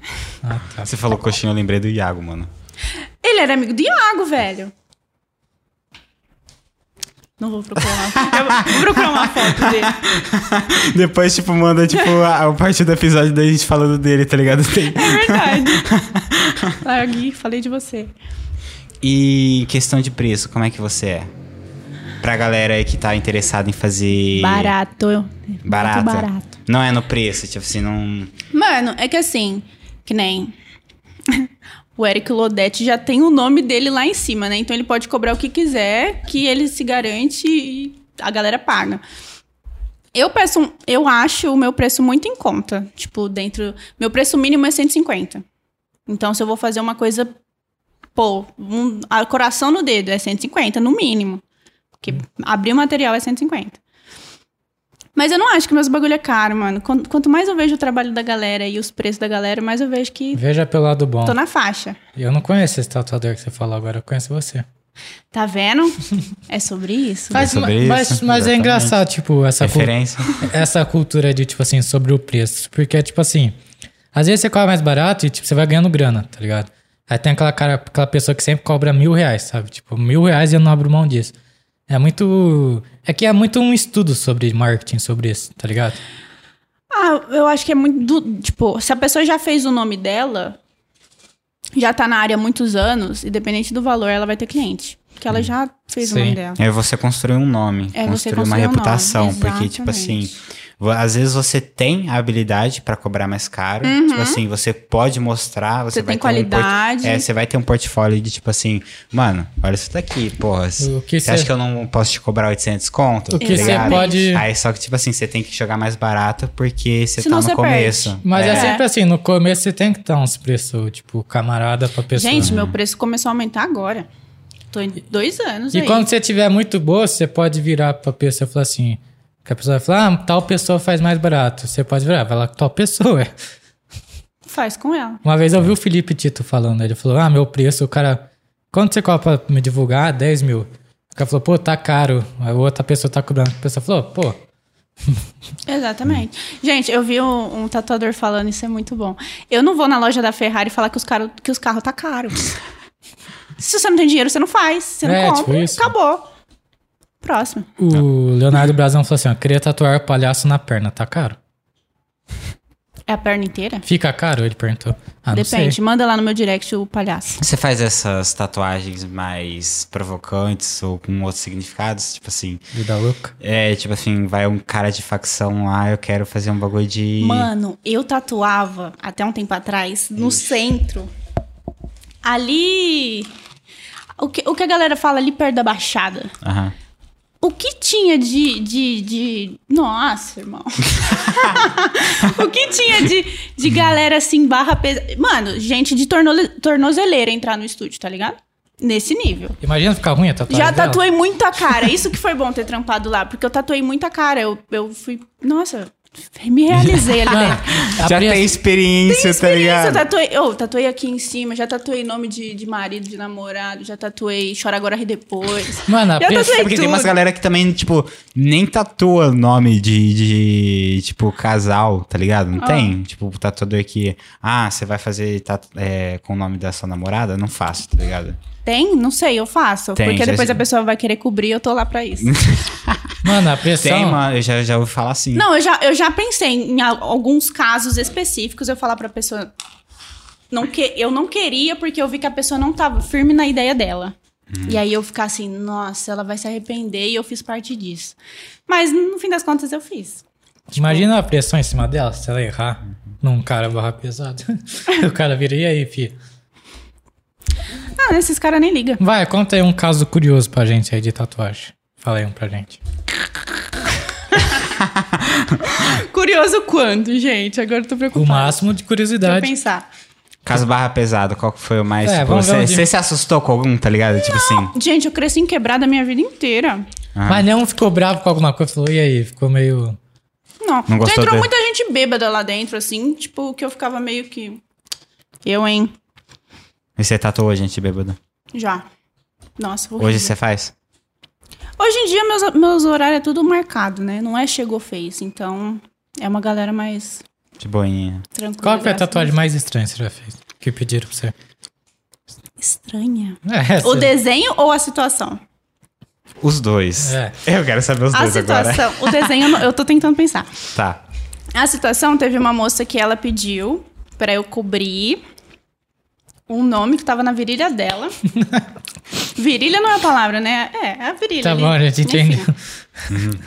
A: Ah, tá.
B: Você falou coxinha, eu lembrei do Iago, mano.
C: Ele era amigo do Iago, velho. Não vou procurar uma foto. Eu vou procurar uma foto dele.
B: Depois, tipo, manda, tipo, a, a parte do episódio da gente falando dele, tá ligado? Tem-
C: É verdade. Largui, falei de você.
B: E em questão de preço, como é que você é? Pra galera aí que tá interessada em fazer.
C: Barato. Muito
B: Barato.
C: barato.
B: Não é no preço, tipo assim, não.
C: Mano, é que assim, que nem. O Eric Lodete já tem o nome dele lá em cima, né? Então ele pode cobrar o que quiser, que ele se garante e a galera paga. Eu peço, um- eu acho o meu preço muito em conta. Tipo, dentro. Meu preço mínimo é 150. Então, se eu vou fazer uma coisa, pô, um a- coração no dedo é 150, no mínimo. Porque abrir o material é 150. Mas eu não acho que meus bagulho é caro, mano. Quan- Quanto mais eu vejo o trabalho da galera e os preços da galera, mais eu vejo que
A: Veja pelo lado bom.
C: tô na faixa.
A: Eu não conheço esse tatuador que você falou agora, eu conheço você.
C: Tá vendo? é sobre isso.
A: Mas,
B: sobre
A: mas,
B: isso,
A: mas é
B: exatamente.
A: engraçado, tipo, essa, cul-
B: Referência.
A: essa cultura de, tipo assim, sobre o preço. Porque, tipo assim, às vezes você cobra mais barato e, tipo, você vai ganhando grana, tá ligado? Aí tem aquela, cara, aquela pessoa que sempre cobra mil reais, sabe? Tipo, mil reais e eu não abro mão disso. É muito. É que é muito um estudo sobre marketing, sobre isso, tá ligado?
C: Ah, eu acho que é muito. do- tipo, se a pessoa já fez o nome dela, já tá na área há muitos anos, independente do valor, ela vai ter cliente. Porque ela já fez o
A: Sim.
C: nome dela.
B: É você construir um nome,
C: É
B: construir Hum.
C: você
B: uma
C: construir um nome,
B: reputação. porque, tipo assim,
C: exatamente.
B: vo- às vezes você tem a habilidade pra cobrar mais caro. Tipo assim, você pode mostrar, você,
C: Uhum. Você
B: vai ter
C: tem
B: um porti-
C: qualidade.
B: é, você vai ter um portfólio de tipo assim, mano, olha isso daqui, porra.
A: O que
B: você
A: cê-
B: acha que eu não posso te cobrar 800 conto? Tá
A: O que você
B: Ligado?
A: pode.
B: Aí só que, tipo assim, você tem que jogar mais barato porque você
C: Senão
B: tá
C: você
B: no começo.
C: perde.
A: Mas é.
C: É.
A: sempre assim, no começo você tem que dar uns preços, tipo, camarada pra pessoa.
C: Gente, meu preço começou a aumentar agora. Tô em dois anos
A: E
C: aí.
A: quando você tiver muito boa, você pode virar pra pessoa e falar assim. Que a pessoa vai falar, ah, tal pessoa faz mais barato. Você pode virar, vai lá com tal pessoa. é."
C: Faz com ela.
A: Uma vez eu vi o Felipe Tito falando, ele falou, ah, meu preço, o cara. Quanto você cobra pra me divulgar? 10 mil. O cara falou, pô, tá caro. A outra pessoa tá cobrando. A pessoa falou, pô,
C: Exatamente. Gente, eu vi um, um tatuador falando, isso é muito bom. Eu não vou na loja da Ferrari falar que os, caro, que os carros tá caro. Se você não tem dinheiro, você não faz. Você
A: É,
C: não
A: tipo
C: compra.
A: isso.
C: acabou. Próximo.
A: o Leonardo Brazão falou assim: ó, queria tatuar o palhaço na perna, tá caro?
C: É a perna inteira?
A: Fica caro? Ele perguntou. Ah, não
C: Depende.
A: sei.
C: Manda lá no meu direct o palhaço.
B: Você faz essas tatuagens mais provocantes ou com outros significados? Tipo assim,
A: Vida louca.
B: É, tipo assim, vai um cara de facção lá, eu quero fazer um bagulho de.
C: Mano, eu tatuava até um tempo atrás no centro. Ali. O que, o que a galera fala ali perto da Baixada?
B: Aham.
C: O que tinha de. de, de... Nossa, irmão. o que tinha de, de galera assim, barra pesada. Mano, gente de tornole- tornozeleira entrar no estúdio, tá ligado? Nesse nível.
A: Imagina ficar ruim a tatuagem.
C: Já
A: dela.
C: tatuei muita cara. Isso que foi bom ter trampado lá, porque eu tatuei muita cara. Eu, eu fui. Nossa, me realizei
A: Ah,
C: ali dentro.
B: Já
A: Abri
B: tem
A: as-
B: experiência, tá
C: Experiência,
B: ligado?
C: tatuei, oh, tatuei aqui em cima, já tatuei nome de, de marido, de namorado, já tatuei chora agora ri depois.
A: Mano,
C: já
A: abri as-
C: tatuei
B: Porque
C: tudo.
B: tem umas galera que também, tipo, nem tatua nome de, de tipo, casal, tá ligado?
A: Ah.
B: Não tem? Tipo, o tatuador que, ah, você vai fazer tatu- é, com o nome da sua namorada? Não faço, tá ligado?
C: Tem? Não sei, eu faço.
B: Tem,
C: porque
B: já-
C: depois a pessoa vai querer cobrir, eu tô lá pra isso.
A: Mano, a pressão.
B: Tem, mano, eu já, já ouvi falar assim.
C: Não, eu já, eu já pensei em al- alguns casos específicos, eu falar pra pessoa. Não que, eu não queria porque eu vi que a pessoa não tava firme na ideia dela.
B: Uhum.
C: E aí eu ficar assim, nossa, ela vai se arrepender e eu fiz parte disso. Mas no fim das contas eu fiz.
A: Imagina a pressão em cima dela, se ela errar num cara barra pesado. o cara vira, e aí, fi?
C: Ah, esses caras nem ligam.
A: Vai, conta aí um caso curioso pra gente aí de tatuagem. Fala aí um pra gente.
C: Curioso quando, gente? Agora eu tô
A: O
C: preocupada.
A: máximo de
C: Deixa eu
A: curiosidade.
C: pensar.
B: Caso barra pesado, qual que foi o mais.
A: É,
B: tipo,
A: vamos ver
B: você,
A: onde-
B: você se assustou com algum, tá ligado? Tipo assim. "Ah,
C: Gente, eu cresci em quebrada a minha vida inteira.
A: Mas não ficou bravo com alguma coisa, falou, e aí? Ficou meio.
C: Não.
B: Não
C: Já
B: gostou
C: entrou
B: dele?
C: muita gente bêbada lá dentro, assim, tipo, que eu ficava meio que. Eu, hein?
B: E você tatuou gente bêbada?
C: Já. Nossa, horrível.
B: Hoje é você faz?
C: Hoje em dia, meus, meus horários é tudo marcado, né? Não é chegou fez. Então, é uma galera mais
B: De boinha.
C: tranquila. assim.
A: Qual foi a
C: graças
A: tatuagem mais estranha que você já fez? Que pediram pra você?
C: Deus. Estranha.
A: É,
C: O
A: essa-
C: desenho ou a situação?
B: Os dois.
A: É.
B: Eu quero saber os
C: A
B: dois agora.
C: situação. O desenho, eu não- eu tô tentando pensar.
B: Tá.
C: A situação teve uma moça que ela pediu pra eu cobrir um nome que tava na virilha dela. virilha não é a palavra, né? É, é a virilha.
A: Tá
C: ali.
A: bom, a gente
C: Enfim.
A: entendeu.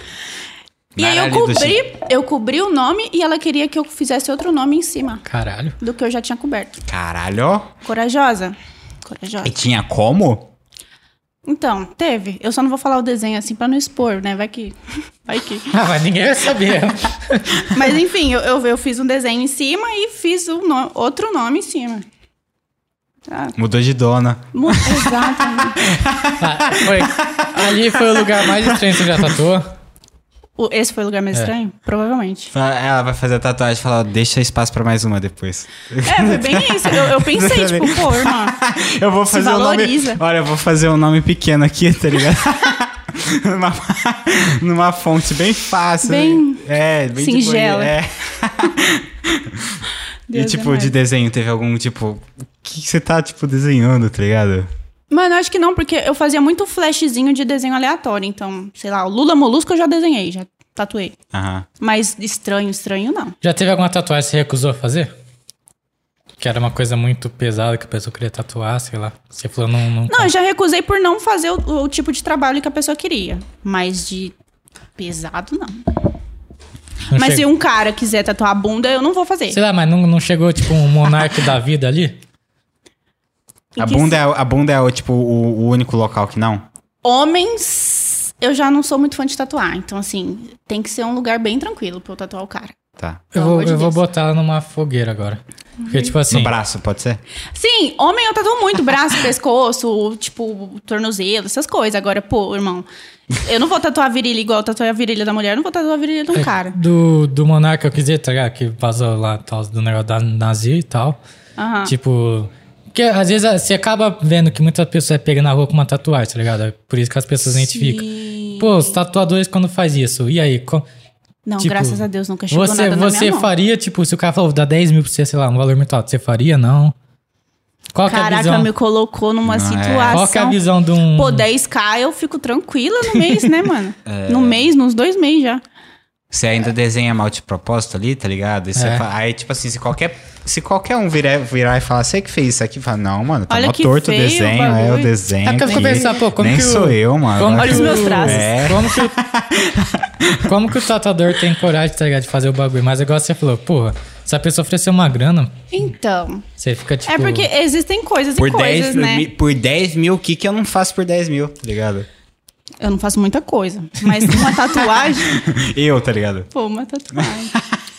C: E aí eu
B: Naralho do Chico.
C: cobri, eu cobri o nome e ela queria que eu fizesse outro nome em cima
A: Caralho.
C: do que eu já tinha coberto.
B: Caralho.
C: Corajosa. Corajosa.
B: E tinha como?
C: Então, teve. Eu só não vou falar o desenho assim pra não expor, né? Vai que. Vai que.
A: Ah, mas ninguém vai saber.
C: Mas enfim, eu, eu, eu fiz um desenho em cima e fiz um no- outro nome em cima. Tá?
B: Mudou de dona.
C: Mu- Exatamente.
A: Ah, foi. Ali foi o lugar mais estranho que você já tatuou.
C: O- Esse foi o lugar
B: É.
C: mais estranho? Provavelmente.
B: Ela vai fazer a tatuagem e falar, deixa espaço pra mais uma depois.
C: É, foi bem isso. Eu, eu pensei, tipo, pô, irmão.
B: Eu vou
C: Se
B: fazer um nome.
C: valoriza.
B: Olha, eu vou fazer um nome pequeno aqui, tá ligado? numa, numa fonte bem fácil.
C: Bem
B: né? é, bem de
C: singela.
B: boa, é. E
C: Deus é
B: tipo,
C: mais.
B: de desenho, teve algum tipo. O que que você tá, tipo, desenhando, tá ligado?
C: Mano, eu acho que não, porque eu fazia muito flashzinho de desenho aleatório. Então, sei lá, o Lula Molusco eu já desenhei, já tatuei.
B: Aham.
C: Mas estranho, estranho, não.
A: Já teve alguma tatuagem que você recusou a fazer? Que era uma coisa muito pesada que a pessoa queria tatuar, sei lá. Você falou, não. não...
C: Não, eu já recusei por não fazer o, o tipo de trabalho que a pessoa queria. Mas de pesado, não.
A: não
C: Mas se
A: chegou."
C: um cara quiser tatuar a bunda, eu não vou fazer.
A: Sei lá, mas não, não chegou, tipo, um monarca da vida ali?
C: Em
B: A
C: que
B: bunda, é, a bunda é, o, tipo, o, o único local que não?
C: Homens, eu já não sou muito fã de tatuar. Então, assim, tem que ser um lugar bem tranquilo pra eu tatuar o cara.
B: Tá.
A: Eu
C: Pelo
A: vou,
C: amor de
A: eu vou
C: Deus. Uhum.
A: botar ela numa fogueira agora. Porque, tipo assim.
B: No braço, pode ser?
C: Sim, homem eu tatuo muito, braço, pescoço, tipo, tornozelo, essas coisas. Agora, pô, irmão, eu não vou tatuar a virilha igual eu tatuei a virilha da mulher, eu não vou tatuar a virilha de um cara.
A: é, Do, do monarca, eu quis dizer, tá ligado? Que vazou lá tal, do negócio da nazi e tal.
C: Aham.
A: Tipo. Porque às vezes você acaba vendo que muita pessoa é pega na rua com uma tatuagem, tá ligado? É Por isso que as pessoas identificam. Pô, os tatuadores quando faz isso, e aí? Co-
C: Não,
A: tipo,
C: graças a Deus, nunca chegou
A: Você,
C: nada na
A: você
C: minha mão.
A: faria, tipo, se o cara falou, dá 10 mil pra você, sei lá, um valor muito alto, você faria? Não. Qual que é a
C: Caraca,
A: visão?
C: me colocou numa
B: Não, é.
A: Qual que é a
C: situação.
A: visão de um.
C: Pô, 10k eu fico tranquila no mês, né, mano?
B: É.
C: No mês, nos dois meses já.
B: Você ainda desenha mal de propósito ali, tá ligado? E você
A: É.
B: fa- aí, tipo assim, se qualquer, se qualquer um virar, virar e falar, você que fez isso aqui, fala, não, mano, tá
C: Olha
B: mó
C: que
B: torto o
C: feio o
B: desenho, é o
C: bagulho."
B: desenho.
A: É que eu fico
B: aqui.
A: pensando, pô, como
B: Nem
A: que o-
B: sou eu, mano.
A: como
B: Agora
A: que
C: Olha os
B: eu-
C: meus traços.
B: É.
A: Como que, o- como que o tatuador tem coragem, tá ligado, de fazer o bagulho? Mas igual você falou, porra, se a pessoa oferecer uma grana,
C: Então.
A: você fica tipo.
C: É porque existem coisas
B: Por
C: e coisas,
B: 10,
C: né?
B: mi- por 10 mil, o que que eu não faço por 10 mil, tá ligado?
C: Eu não faço muita coisa, mas uma tatuagem.
B: Eu, tá ligado?
C: Pô, uma tatuagem.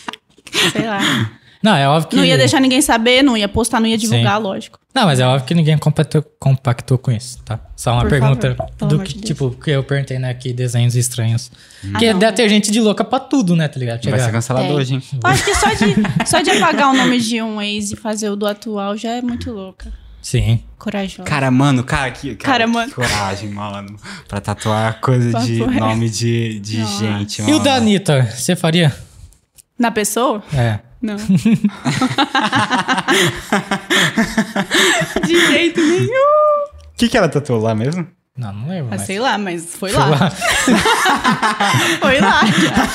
C: Sei lá.
A: Não, é óbvio que.
C: Não ia deixar ninguém saber, não ia postar, não ia divulgar, lógico.
A: Não, mas é óbvio que ninguém compactou, compactou com isso, tá? Só uma
C: Por
A: pergunta
C: favor, pelo
A: do
C: amor
A: que,
C: de Deus.
A: tipo, que eu perguntei, né, aqui, desenhos estranhos. Porque
C: Ah, não.
A: deve ter gente de louca pra tudo, né, tá ligado?
B: Vai ser
A: Chegar.
B: cancelado
C: Tem.
B: hoje, hein?
C: Eu acho que só de, só de apagar o nome de um ex e fazer o do atual já é muito louca.
A: Sim.
C: Corajosa.
B: Cara, mano, cara, que, cara,
C: Cara,
B: que
C: mano.
B: coragem, mano. Pra tatuar coisa
C: Papo
B: de
C: reto.
B: nome de, de
C: Nossa.
B: gente, mano.
A: E o da Anitta, você faria?
C: Na pessoa?
A: É.
C: Não. de jeito nenhum.
B: O que, que ela tatuou lá mesmo?
A: Não, não lembro.
C: Ah,
A: mas-
C: sei lá, mas foi
A: Sei
C: lá. Foi lá. Já,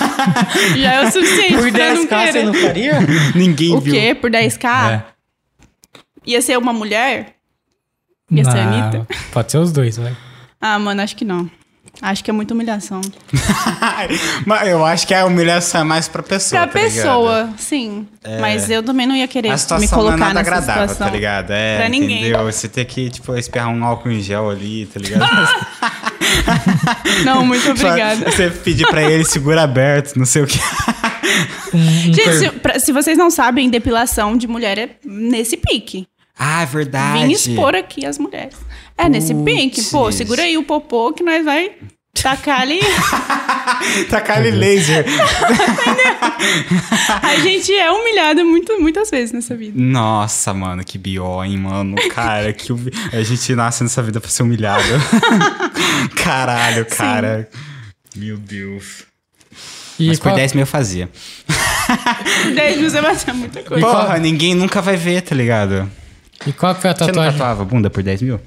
C: já é o suficiente
A: Por
C: pra eu não
A: 10k você
C: querer.
A: não faria?
B: Ninguém
C: O
B: viu.
C: quê? Por 10k?
A: É.
C: Ia ser uma mulher? Ia ser a
A: Não,
C: Anitta?
A: Pode ser os dois, vai.
C: Ah, mano, acho que não. Acho que é muita humilhação.
B: Mas eu acho que a humilhação é mais pra pessoa.
C: Pra
B: tá ligado?
C: pessoa, sim. Mas eu também não ia querer
B: A
C: me
B: situação não é
C: colocar
B: nada
C: nessa
B: agradável,
C: situação.
B: tá ligado? É,
C: Pra ninguém.
B: entendeu? Você tem que, tipo, esperar um álcool em gel ali, tá ligado?
C: Não, muito
B: Só
C: obrigada.
B: Você pedir pra ele segura aberto, não sei o que.
A: Um- um
C: Gente,
A: per-
C: se, pra- se vocês não sabem, depilação de mulher é nesse pique.
B: Ah, é verdade.
C: Vim expor aqui as mulheres. É nesse pique. Pô,
B: Putz.
C: segura aí o popô que nós vai tacar ali.
B: Tacar ele laser.
C: A gente é humilhada muito, muitas vezes nessa vida.
B: Nossa, mano, que bió, hein, mano. Cara, que humi- a gente nasce nessa vida pra ser humilhado. Caralho, cara. Meu Deus.
A: e
B: Mas por
A: qual-
B: 10 mil eu fazia.
C: Desde você vai ter muita coisa.
B: Porra, ninguém nunca vai ver, tá ligado?
A: E qual que foi a
B: Você não
A: tatuagem?
B: tatuava bunda por 10 mil?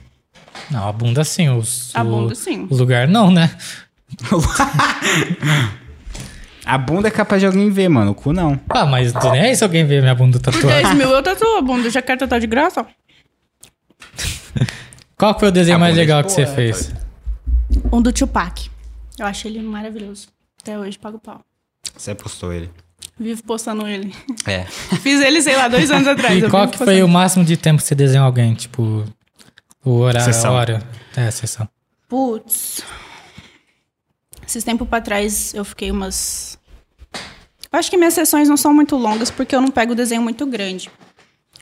A: Não, a bunda sim. Os,
C: A bunda,
A: o-
C: sim.
A: O lugar não, né?
B: A bunda é capaz de alguém ver, mano. O cu não.
A: Ah, mas não tô nem aí se alguém ver minha bunda
C: Por
A: tatuada.
C: 10 mil eu tatuo a bunda. Já quero tatuar de graça?
A: Qual que foi o desenho
B: A
A: mais
B: bunda de
A: legal que você
B: boa, é,
A: fez?
C: Um do Tupac. Eu acho ele maravilhoso. Até hoje pago pau.
B: Você postou ele.
C: Vivo postando ele.
B: É.
C: Fiz ele, sei lá, dois anos atrás.
A: E
C: eu
A: qual
C: vivo
A: que foi o
C: postando.
A: máximo de tempo que você desenhou alguém? Tipo, o horário,
B: Sessão.
A: a hora. É, a sessão.
C: Putz. Esses tempos pra trás eu fiquei umas. Eu acho que minhas sessões não são muito longas porque eu não pego desenho muito grande.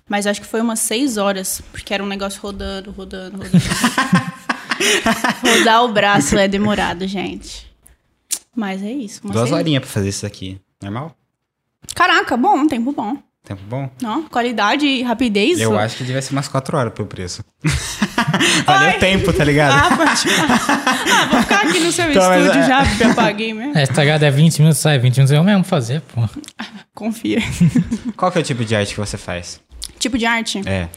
C: Mas acho que foi umas seis horas, porque era um negócio rodando, rodando, rodando. Rodar o braço é demorado, gente. Mas é isso. umas
B: Duas
C: seis-
B: horinhas pra fazer isso aqui. Normal?
C: Caraca, bom, um tempo bom.
B: Tempo bom?
C: Não, qualidade e rapidez.
B: Eu acho que devia ser umas 4 horas pelo preço. Valeu o tempo, tá ligado?
C: Ah, pode- Ah, vou ficar aqui no seu
B: Então, mas
C: estúdio
B: é-
C: já, porque eu paguei né? mesmo.
A: É, tá ligado? É 20 minutos, sai 20 minutos. Eu mesmo fazer, pô.
C: Confia.
B: Qual que é o tipo de arte que você faz?
C: Tipo de arte?
B: É.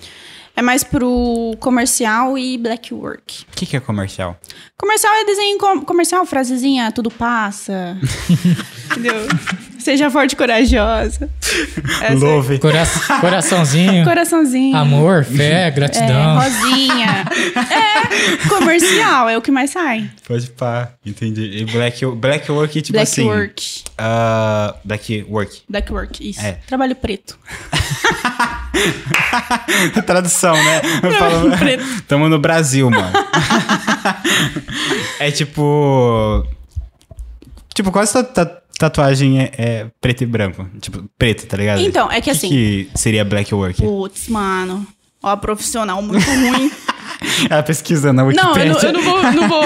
C: É mais pro comercial e black work.
B: O que, que é comercial?
C: Comercial é desenho com- comercial, frasezinha, tudo passa. Entendeu? Seja forte e corajosa. Essa-
B: Love.
A: Cora- coraçãozinho,
C: Coraçãozinho.
A: amor, fé,
C: É,
A: gratidão.
C: rosinha. é, comercial, é o que mais sai.
B: Pode pá, entendi. E black, black work, tipo
C: black
B: assim.
C: work.
B: ah, black work.
C: Black work, isso.
B: É.
C: Trabalho preto.
B: Tradução, né? Eu falo-
C: preto.
B: Tamo no Brasil, mano. é tipo. Tipo, quase toda ta- tatuagem é, é preto e branco. Tipo, preto, tá ligado?
C: Então, é que
B: O
C: assim-
B: que seria black work?
C: Putz, mano. Ó, profissional muito ruim.
B: Ela pesquisando na
C: Não,
B: Wikipedia.
C: eu não, eu não vou, não vou.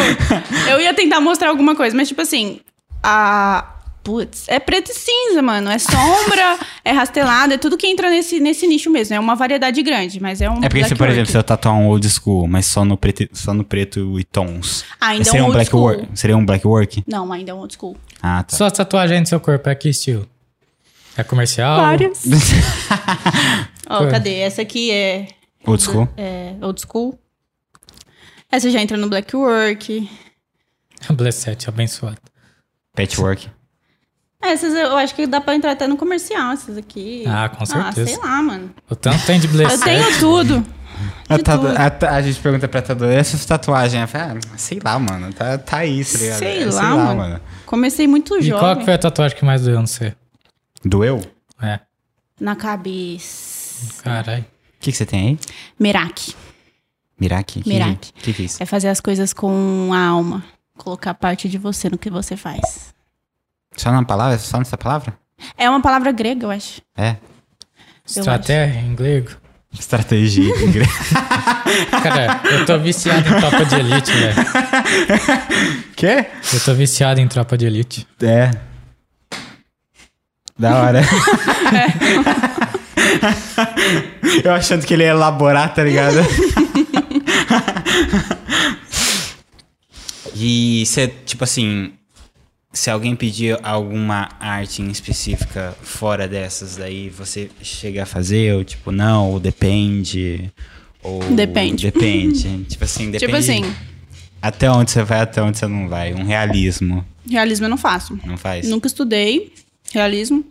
C: Eu ia tentar mostrar alguma coisa, mas tipo assim, a. Putz, é preto e cinza, mano. É sombra, é rastelado, é tudo que entra nesse, nesse nicho mesmo. É uma variedade grande, mas é um.
B: É porque
C: black
B: se, por
C: work.
B: exemplo, se eu tatuar um old school, mas só no preto, só no preto e tons.
C: Ah, então
B: seria um
C: old
B: black
C: school.
B: work? Seria um black work?
C: Não, ainda é um old school.
B: Ah, tá.
A: Sua tatuagem no seu corpo é que estilo? É
B: Oh.
A: comercial?
C: Várias. Ó,
A: Foi.
C: cadê? Essa aqui é,
B: Old school?
C: é old school. Essa já entra no black work.
A: Blessete, abençoado.
B: Patchwork.
C: Essas É, eu acho que dá pra entrar até no comercial, essas aqui.
A: Ah, com certeza.
C: Ah, sei lá, mano.
A: O tanto tem de
C: Eu
A: blessete.
C: tenho tudo.
B: A,
C: De
B: tatu-
C: tudo.
B: a ta- a gente pergunta pra tatuagem, essas tatuagens? Ela fala, ah, sei lá, mano. Tá, tá aí, tá ligado?
C: Sei,
B: É,
C: lá, mano. Comecei muito
A: E qual que
C: jovem.
A: foi a tatuagem que mais doeu no você?
B: Doeu? O
A: É,
C: Na cabeça.
A: caralho.
B: que, que você tem aí?
C: Meraki.
B: Miraki? Que-
C: Miraki.
B: Que que é isso?
C: É fazer as coisas com a alma. Colocar parte de você no que você faz.
B: Só na palavra? Só nessa palavra?
C: É uma palavra grega, eu acho.
B: É.
A: Estratégia em grego.
B: Estratégia em grego.
A: Cara, eu tô viciado em tropa de elite, velho.
B: Quê?
A: Eu tô viciado em tropa de elite.
B: É. Da hora. Eu achando que ele ia elaborar, tá ligado? e você, tipo assim, se alguém pedir alguma arte em específica fora dessas daí, você chega a fazer ou tipo, não, ou depende? Ou
C: Depende.
B: Depende. tipo assim, depende.
C: Tipo assim,
B: Até onde você vai, até onde você não vai. Um realismo,
C: realismo eu não faço.
B: não faz?
C: Nunca estudei realismo.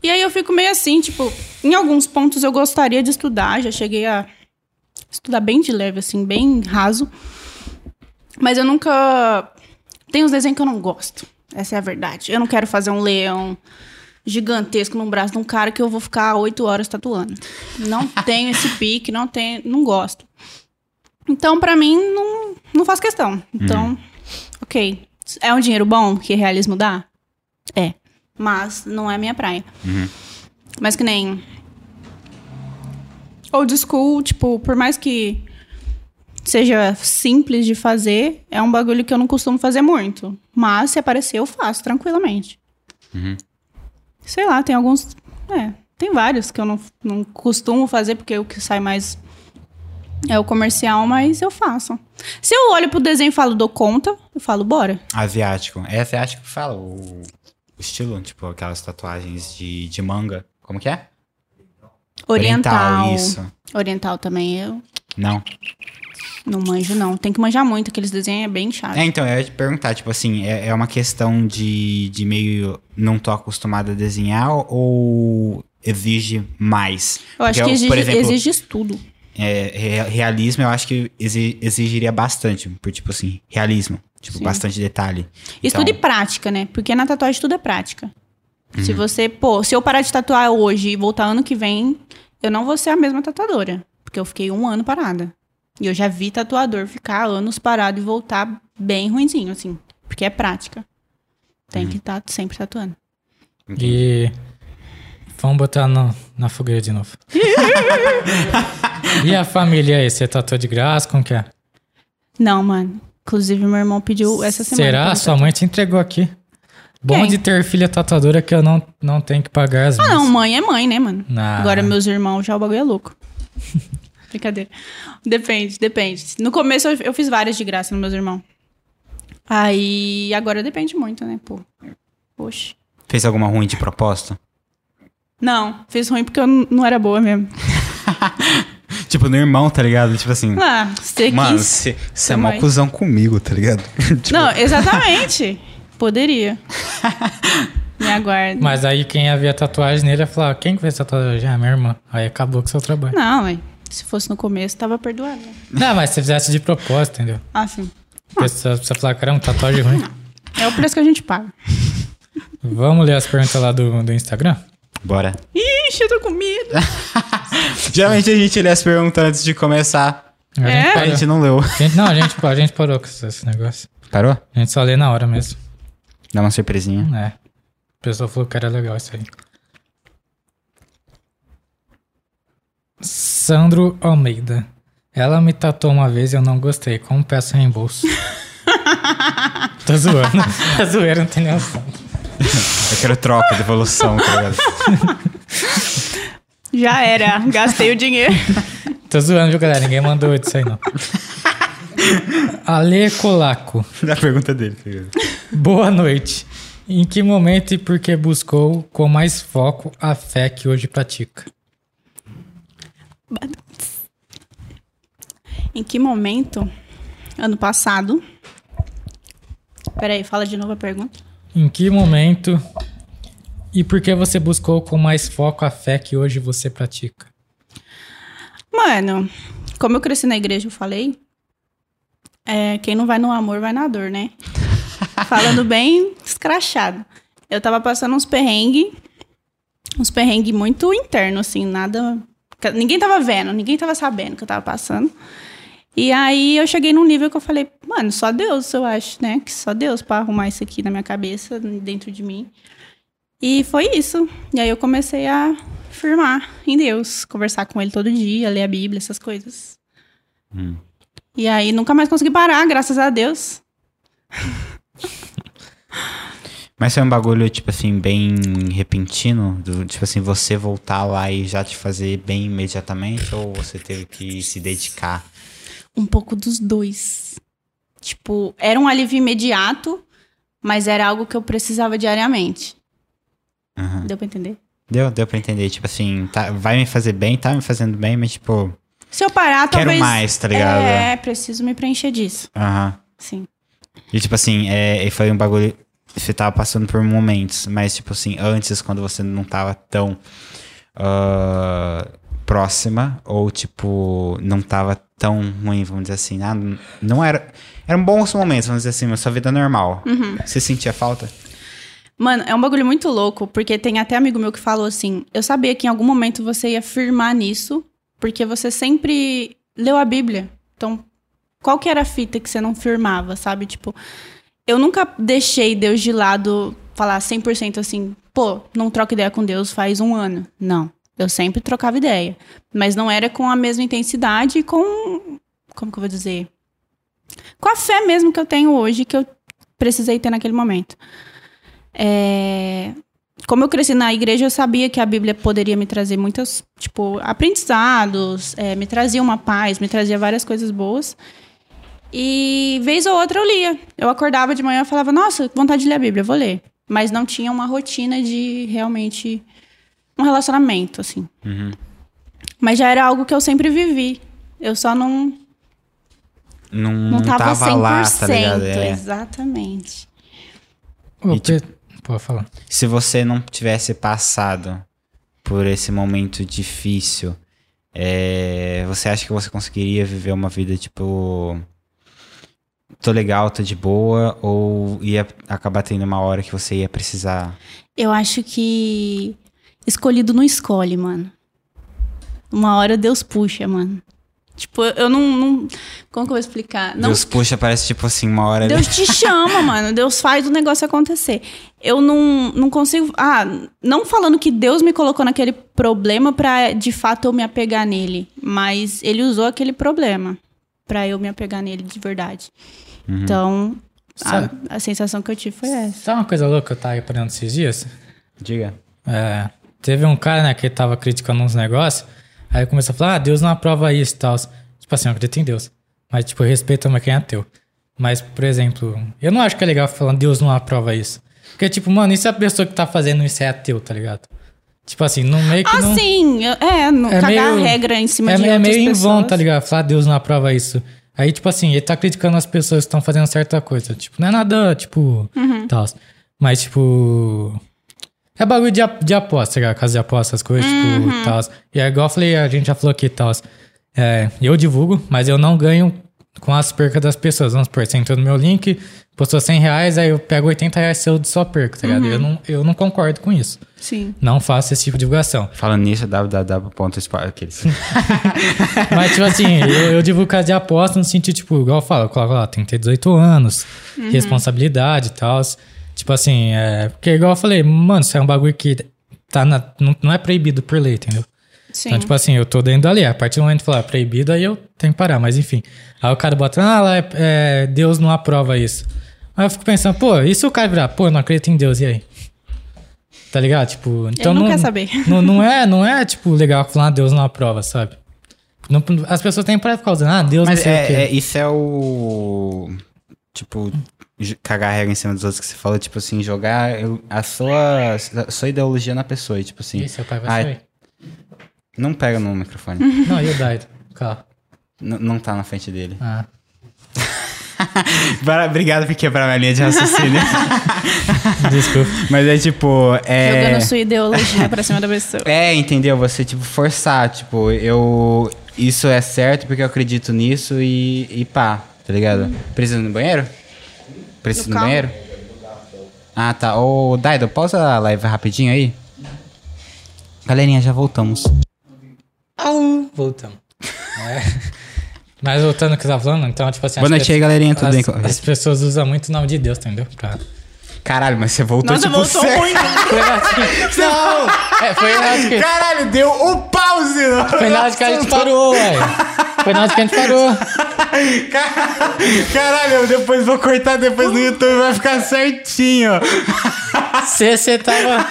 C: E aí eu fico meio assim, tipo, em alguns pontos eu gostaria de estudar, já cheguei a estudar bem de leve, assim, bem raso. Mas eu nunca. Tem uns desenhos que eu não gosto. Essa é a verdade. Eu não quero fazer um leão gigantesco no braço de um cara que eu vou ficar oito horas tatuando. Não tenho esse pique, não tenho. Não gosto. Então, pra mim, não, não faz questão. Então, ok. É um dinheiro bom que realismo dá? É. Mas não é minha praia. Mas que nem. Old school, tipo, por mais que seja simples de fazer, é um bagulho que eu não costumo fazer muito. Mas se aparecer, eu faço tranquilamente. Sei lá, tem alguns. É, tem vários que eu não, não costumo fazer, porque o que sai mais é o comercial, mas eu faço. Se eu olho pro desenho e falo, dou conta, eu falo, bora.
B: Asiático. É asiático que fala o, o estilo, tipo aquelas tatuagens de, de manga. Como que é?
C: Oriental.
B: isso.
C: Oriental também eu
B: Não.
C: não manjo, não. Tem que manjar muito, aqueles desenhos é bem chato.
B: É, então, eu ia te perguntar, tipo assim, é, é uma questão de, de meio não tô acostumado a desenhar ou exige mais?
C: Eu acho
B: Porque
C: que exige,
B: é por exemplo,
C: exige estudo.
B: é, re- realismo eu acho que exi- exigiria bastante, por tipo assim, realismo, tipo,
C: Sim.
B: bastante detalhe. Então, Uhum.
C: Estudo e prática, né? Porque na tatuagem tudo é prática. Se você, pô, se eu parar de tatuar hoje e voltar ano que vem, eu não vou ser a mesma tatuadora. Porque eu fiquei um ano parada. E eu já vi tatuador ficar anos parado e voltar bem ruinzinho, assim. Porque é prática. Tem
B: Uhum.
C: que estar sempre tatuando.
A: E vamos botar no- na fogueira de novo. e a família aí? Você tatuou de graça? Como que é?
C: Não, mano. Inclusive, meu irmão pediu essa semana. pra
A: Será?
C: eu
A: Sua mãe te entregou aqui. Bom
C: Quem?
A: de ter filha tatuadora que eu não, não tenho que pagar as
C: Ah, não,
A: minhas.
C: mãe é mãe, né, mano?
A: Ah.
C: Agora meus irmãos já o bagulho é louco. Brincadeira. Depende, depende. No começo eu, eu fiz várias de graça nos meus irmãos. Aí agora depende muito, né, pô. Poxa.
B: Fez alguma ruim de proposta?
C: Não, fiz ruim porque eu n- não era boa mesmo.
B: Tipo, no irmão, tá ligado? Tipo assim,
C: Ah, você
B: mano,
C: quis.
B: você é mó
C: mãe.
B: cuzão comigo, tá ligado? Tipo,
C: Não, exatamente. Poderia. Me aguarde.
A: Mas aí quem havia tatuagem nele ia falar, quem que fez tatuagem? Ah, minha irmã. Aí acabou com o seu trabalho.
C: Não, mãe. Se fosse no começo, tava perdoado. né?
A: Não, mas se você fizesse de propósito, entendeu?
C: Ah, sim.
A: Você precisa falar, caramba, tatuagem ruim.
C: É o preço que a gente paga.
A: Vamos ler as perguntas lá do, do Instagram?
B: Bora.
C: Ixi, eu tô com medo.
B: Geralmente a gente lê as perguntas antes de começar.
A: A gente
C: É?
B: A
A: parou.
B: gente não leu.
A: A gente- não, a gente, a gente parou com esse esse negócio.
B: Parou?
A: A gente só lê na hora mesmo.
B: Dá uma surpresinha.
A: É. O pessoal falou que era legal isso aí. Sandro Almeida. Ela me tatuou uma vez e eu não gostei. Como peço reembolso? Tô zoando. Tá zoeira, não tem nem noção.
B: Eu quero troca, devolução, tá ligado?
C: Já era. Gastei o dinheiro.
A: Tô zoando, viu, galera? Ninguém mandou isso aí, não. Ale Colaco.
B: Da pergunta dele, tá ligado?
A: Boa noite. Em que momento e por que buscou com mais foco a fé que hoje pratica?
C: Em que momento? Ano passado. Peraí, fala de novo a pergunta.
A: Em que momento e por que você buscou com mais foco a fé que hoje você pratica?
C: Mano, como eu cresci na igreja, eu falei. é, quem não vai no amor, vai na dor, né? Falando bem escrachado. Eu tava passando uns perrengues. Uns perrengues muito internos, assim, nada. Ninguém tava vendo, ninguém tava sabendo o que eu tava passando. E aí eu cheguei num nível que eu falei, mano, só Deus, eu acho, né? Que só Deus pra arrumar isso aqui na minha cabeça, dentro de mim. E foi isso. E aí eu comecei a firmar em Deus, conversar com ele todo dia, ler a Bíblia, essas coisas.
B: Hum.
C: E aí nunca mais consegui parar, graças a Deus.
B: Mas foi um bagulho, tipo assim, bem repentino? Do, tipo assim, você voltar lá e já te fazer bem imediatamente? Ou você teve que se dedicar?
C: Um pouco dos dois. Tipo, era um alívio imediato, mas era algo que eu precisava diariamente.
B: Aham.
C: Deu pra entender?
B: Deu, deu pra entender. Tipo assim, tá- vai me fazer bem, tá me fazendo bem, mas tipo,
C: Se eu parar,
B: quero
C: talvez.
B: mais, tá ligado?
C: É, preciso me preencher disso.
B: Aham.
C: Sim.
B: E tipo assim, é, e foi um bagulho. Você tava passando por momentos, mas tipo assim, antes, quando você não tava tão ah, próxima, ou tipo, não tava tão ruim, vamos dizer assim. Ah, n- não era. Eram bons momentos, vamos dizer assim, mas sua vida normal.
C: Uhum.
B: Você sentia falta?
C: Mano, é um bagulho muito louco, porque tem até amigo meu que falou assim: eu sabia que em algum momento você ia firmar nisso, porque você sempre leu a Bíblia. Então, qual que era a fita que você não firmava, sabe? Tipo, eu nunca deixei Deus de lado, falar 100% assim, pô, não troca ideia com Deus faz um ano. Não. Eu sempre trocava ideia. Mas não era com a mesma intensidade e com. Como que eu vou dizer? Com a fé mesmo que eu tenho hoje, que eu precisei ter naquele momento. É, Como eu cresci na igreja, eu sabia que a Bíblia poderia me trazer muitos, tipo, aprendizados, é, me trazia uma paz, me trazia várias coisas boas. E vez ou outra eu lia. Eu acordava de manhã e falava, nossa, que vontade de ler a Bíblia, eu vou ler. Mas não tinha uma rotina de realmente um relacionamento, assim.
B: Uhum.
C: Mas já era algo que eu sempre vivi. Eu só não,
B: Não,
C: não tava, 100%.
B: lá, tá ligado? É.
C: Exatamente.
A: Ô,
B: E, tipo-
A: Pe- Pode falar.
B: se você não tivesse passado por esse momento difícil, é, você acha que você conseguiria viver uma vida tipo. Tô legal, tô de boa, ou ia acabar tendo uma hora que você ia precisar.
C: Eu acho que escolhido não escolhe, mano. Uma hora Deus puxa, mano. Tipo, eu eu não. não- como que eu vou explicar? Não,
B: Deus puxa, parece tipo assim, uma hora.
C: Deus te chama, mano. Deus faz o negócio acontecer. Eu não, não consigo. Ah, não falando que Deus me colocou naquele problema pra de fato eu me apegar nele. Mas ele usou aquele problema pra eu me apegar nele de verdade. Então, a,
A: Sabe-
C: a sensação que eu tive foi essa.
A: Sabe uma coisa louca que eu tava reparando esses dias?
B: Diga.
A: É, teve um cara, né, que tava criticando uns negócios, aí começou a falar, ah, Deus não aprova isso e tal. Tipo assim, eu acredito em Deus. Mas, tipo, eu respeito mas quem é ateu. Mas, por exemplo, eu não acho que é legal falar Deus não aprova isso. Porque, tipo, mano, isso é a pessoa que tá fazendo isso é ateu, tá ligado? Tipo assim, no meio que
C: Ah,
A: não...
C: sim. eu- É, não
A: É
C: cagar
A: meio-
C: regra em cima
A: É,
C: de
A: é
C: outras
A: meio em vão,
C: pessoas.
A: tá ligado? Falar, Deus não aprova isso. Aí, tipo assim, ele tá criticando as pessoas que estão fazendo certa coisa. Tipo, não é nada, tipo,
C: Uhum.
A: tal. Mas, tipo. É bagulho de, ap- de aposta, tá ligado? Casa de aposta, as coisas,
C: Uhum.
A: tipo, tal. E é igual eu falei, a gente já falou aqui, tal. É, eu divulgo, mas eu não ganho com as percas das pessoas. Vamos supor, você entrou no meu link, postou 100 reais, aí eu pego 80 reais seu de só perca, tá
C: Uhum.
A: ligado? Eu, não, eu não concordo com isso.
C: Sim.
A: Não faço esse tipo de divulgação.
B: Falando nisso, www.sport. aqueles.
A: Mas, tipo assim, eu, eu divulgo casa de aposta no sentido, tipo, igual eu falo, eu coloco lá, tem que ter 18 anos, responsabilidade e tal. Tipo assim, é. Porque, igual eu falei, mano, isso é um bagulho que tá na, não, não é proibido por lei, entendeu?
C: Sim.
A: Então, tipo assim, eu tô dentro da lei. A partir do momento que falar proibido, aí eu tenho que parar, mas enfim. Aí o cara bota, ah, lá é, é, Deus não aprova isso. Aí eu fico pensando, pô, e se o cara virar, pô, eu não acredito em Deus, e aí? Tá ligado? Tipo, então
C: não
A: não,
C: quer saber.
A: Não, não é, não é, tipo, legal falar, ah, Deus não aprova, sabe? Não- as pessoas têm pra ficar usando, ah, Deus
B: Mas
A: não sei o quê.
B: é, é- isso é o. Tipo, j- cagar a regra em cima dos outros que você falou, tipo assim, jogar eu- a sua, a sua ideologia na pessoa. E, tipo assim.
A: Ih, seu pai vai
B: ah,
A: sair.
B: Não pega no microfone.
A: Não, e o Daido? Calma.
B: N- não tá na frente dele.
A: Ah.
B: Bara- Obrigado por quebrar minha linha de raciocínio.
A: Desculpa.
B: Mas é tipo. É,
C: Jogando sua ideologia pra cima da pessoa.
B: é, entendeu? Você, tipo, forçar. Tipo, eu. Isso é certo porque eu acredito nisso e, e pá, tá ligado? Precisa ir no banheiro? Precisa ir
C: No
B: no
C: carro.
B: banheiro? Ah, tá. Ô, Daido, pausa a live rapidinho aí. Galerinha, já voltamos.
A: um Voltamos. É. Mas voltando ao que você tá falando, então, tipo assim...
B: Boa
A: as
B: noite aí,
A: pessoas-
B: galerinha, tudo
A: as,
B: bem com-
A: As pessoas usam muito o nome de Deus, entendeu? Pra
B: Caralho, mas você voltou
C: Nossa,
B: tipo...
C: voltou
B: certo.
C: muito.
A: Foi na Não! É, foi na hora que,
B: Caralho, deu um pause! no-
A: foi na hora que a gente parou, ué. Foi na hora que a gente parou.
B: Car- Caralho, eu depois vou cortar depois no YouTube, vai ficar certinho.
A: Você tava.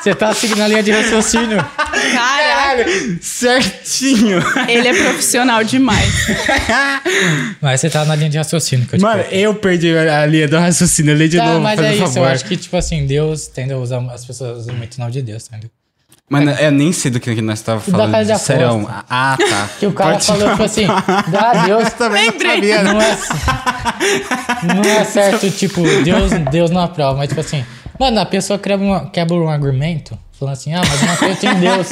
A: Você tava seguindo a linha de raciocínio.
C: Cara,
B: Caralho, certinho.
C: ele é profissional demais.
A: É Mas você tava na linha de raciocínio que eu te
B: Mano,
A: cortei.
B: eu perdi a linha do raciocínio, lê de
A: Tá,
B: novo,
A: mas
B: por
A: é isso.
B: favor.
A: Eu acho que, tipo assim, Deus, entendeu? Usa- As pessoas usam muito o nome de Deus, entendeu?
B: Mano, eu é, nem sei do que nós estávamos falando.
A: casa de aposta.
B: Serão. Ah, tá.
A: Que o cara
B: Pode
A: falou,
B: falar.
A: tipo assim, dá Deus.
B: Eu também não
C: Lembrei.
B: sabia, né?
A: Não é, não é certo, tipo, Deus, Deus não aprova, mas tipo assim, mano, a pessoa quebra, uma- quebra um argumento falando assim, ah, mas eu não acredito em Deus.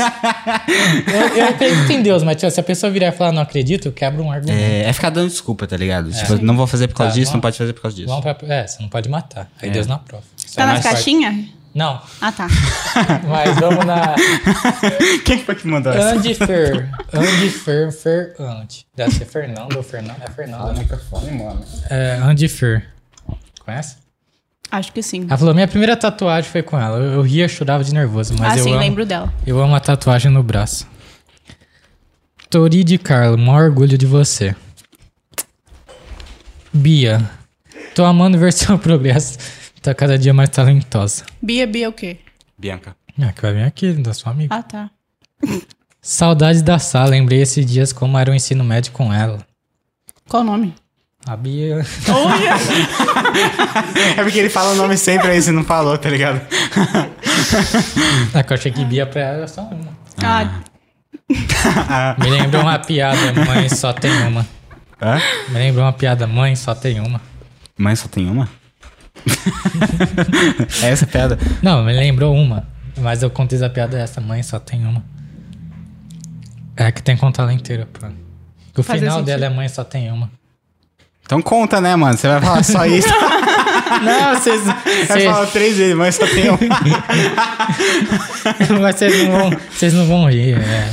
A: Eu, eu acredito em Deus, mas tipo, se a pessoa virar e falar não acredito, quebra um argumento.
B: É, é ficar dando desculpa, tá ligado? Tipo, não vou fazer por causa
A: É. Tá,
B: disso,
A: vamos-
B: não pode fazer por causa disso.
A: Vamos pra, é, você não pode matar, aí Deus não aprova. Isso é
C: Tá nas
A: mais forte.
C: caixinhas?
A: Não,
C: Ah, tá.
A: mas vamos na
B: Quem foi que mandou essa?
A: Andy Fer, Andy Fer, Fer Andy. Deve ser Fernando ou Fernando, é Fernando. né?
B: microfone, mano.
A: É, Andy Fer, conhece?
C: Acho que sim.
A: Ela falou, minha primeira tatuagem foi com ela. Eu, eu ria, chorava de nervoso, mas
C: ah,
A: eu,
C: sim,
A: amo,
C: lembro dela.
A: eu amo a tatuagem no braço. Tori de Carlo, maior orgulho de você. Bia, tô amando ver seu progresso. Tá cada dia mais talentosa.
C: Bia, Bia o quê?
B: Bianca.
A: Ah, que vai vir aqui, da sua amiga.
C: Ah, tá.
A: Saudades da sala, lembrei esses dias como era o ensino médio com ela.
C: Qual o nome?
A: A Bia...
B: É porque ele fala o nome sempre aí, você não falou, tá ligado?
A: Ah, que eu achei que Bia pra ela era só uma.
C: Ah,
A: Me lembrou uma piada, mãe, só tem uma.
B: Hã?
A: Me lembrou uma piada, mãe, só tem uma.
B: Mas só tem uma? é essa pedra.
A: Não, me lembrou uma. Mas eu contei a piada essa, mãe, só tem uma. É que tem que contar ela inteira, pô. O
C: Fazer
A: final
C: sentido.
A: dela é mãe, só tem uma.
B: Então conta, né, mano? Você vai falar só isso.
A: Não, vocês.
B: Vai
C: é
B: falar três vezes, mas só tem uma.
A: Mas vocês não vão. Vocês não vão rir, é.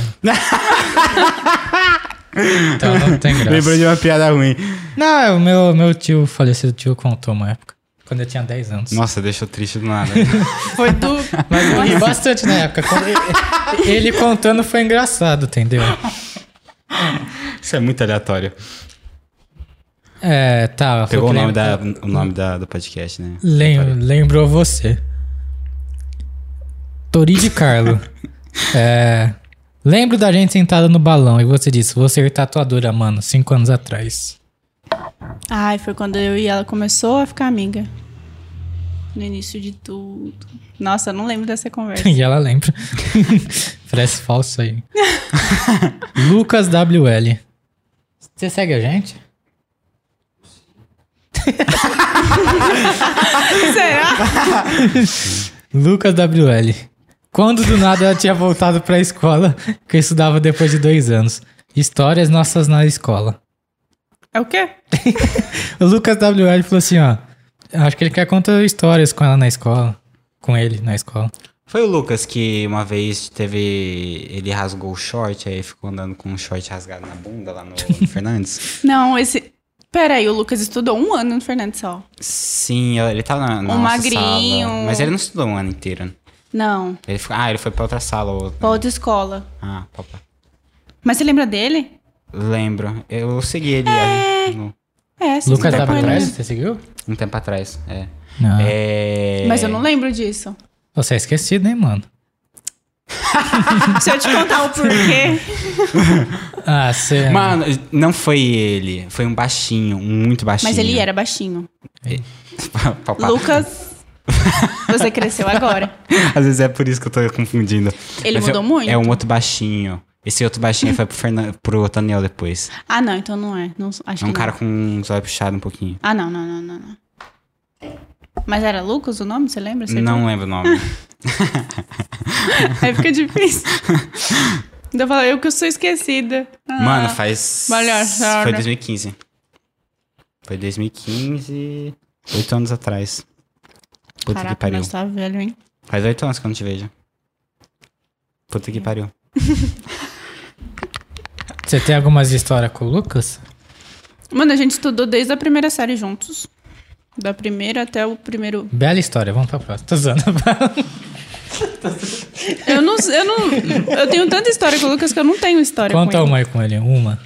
A: Então não tem graça.
B: Lembrou de uma piada ruim.
A: Não, é o meu, meu tio, falecido tio, contou uma época. Quando eu tinha 10 anos.
B: Nossa, deixou triste do nada.
C: foi do.
A: Mas eu ri bastante na época. Quando ele, ele contando foi engraçado, entendeu?
B: Isso é muito aleatório.
A: É, tá. foi
B: Pegou o
A: que
B: nome,
A: lembra-
B: da, o nome da, do podcast, né?
A: Lem- lembrou você. Tori de Carlo. É, lembro da gente sentada no balão e você disse, vou ser tatuadora, mano, cinco anos atrás.
C: Ah, Ai, foi quando eu e ela começou a ficar amiga. No início de tudo. Nossa, eu não lembro dessa conversa.
A: E ela lembra. Parece falso aí. Lucas WL. Você segue a gente?
C: Será?
A: Lucas WL. Quando do nada ela tinha voltado pra escola, que eu estudava depois de dois anos. Histórias nossas na escola.
C: É o quê?
A: O Lucas WL falou assim, ó. Acho que ele quer contar histórias com ela na escola. Com ele na escola.
B: Foi o Lucas que uma vez teve. Ele rasgou o short, aí ficou andando com um short rasgado na bunda lá no, no Fernandes.
C: Não, esse. Peraí, o Lucas estudou um ano no Fernandes Sol.
B: Sim, ele tava na, na
C: Um
B: nossa
C: magrinho.
B: sala. Mas ele não estudou um ano inteiro. né?
C: Não,
B: Ele ficou- ah, ele foi pra outra sala. ou Outra.
C: pra outra escola.
B: Ah, papai.
C: Mas você lembra dele?
B: Lembro. Eu segui ele aí, no-
C: É, você
A: Lucas
C: estudou com ele
A: WL,
C: mesmo.
A: você seguiu?
B: um tempo atrás. É.
A: Não.
B: É,
C: Mas eu não lembro disso.
A: Você é esquecido, hein, mano?
C: Ah, Se eu te contar o porquê.
A: Ah, você...
B: Mano, não foi ele. Foi um baixinho, um muito baixinho.
C: Mas ele era baixinho.
B: Pá, pá.
C: Lucas, você cresceu agora.
B: Às vezes é por isso que eu tô confundindo.
C: Ele
B: Mas
C: mudou
B: é,
C: muito?
B: É um outro baixinho. Esse outro baixinho foi pro, Fernan... pro Daniel depois.
C: Ah, não, então não é. Não, acho
B: É um
C: que
B: cara
C: Não.
B: com os olhos puxados um pouquinho.
C: Ah, não, não, não, não, não. Mas era Lucas o nome? Você lembra? Você
B: Não lembro o nome.
C: Aí fica difícil. Então eu falo, eu que sou esquecida. Ah.
B: Mano, faz.
C: Melhor, né?
B: Foi
C: senhora.
B: 2015. Foi 2015. Oito anos atrás. Puta que
C: Caraca,
B: pariu.
C: mas tá velho, hein?
B: Faz oito anos que eu não te vejo. Puta
C: É.
B: que pariu.
A: Você tem algumas histórias com o Lucas?
C: Mano, a gente estudou desde a primeira série juntos. Da primeira até o primeiro.
A: Bela história, vamos pra próxima. Tô usando.
C: Eu não. Eu, não, eu tenho tanta história com o Lucas que eu não tenho história
A: Conta
C: com ele.
A: uma aí com ele, uma.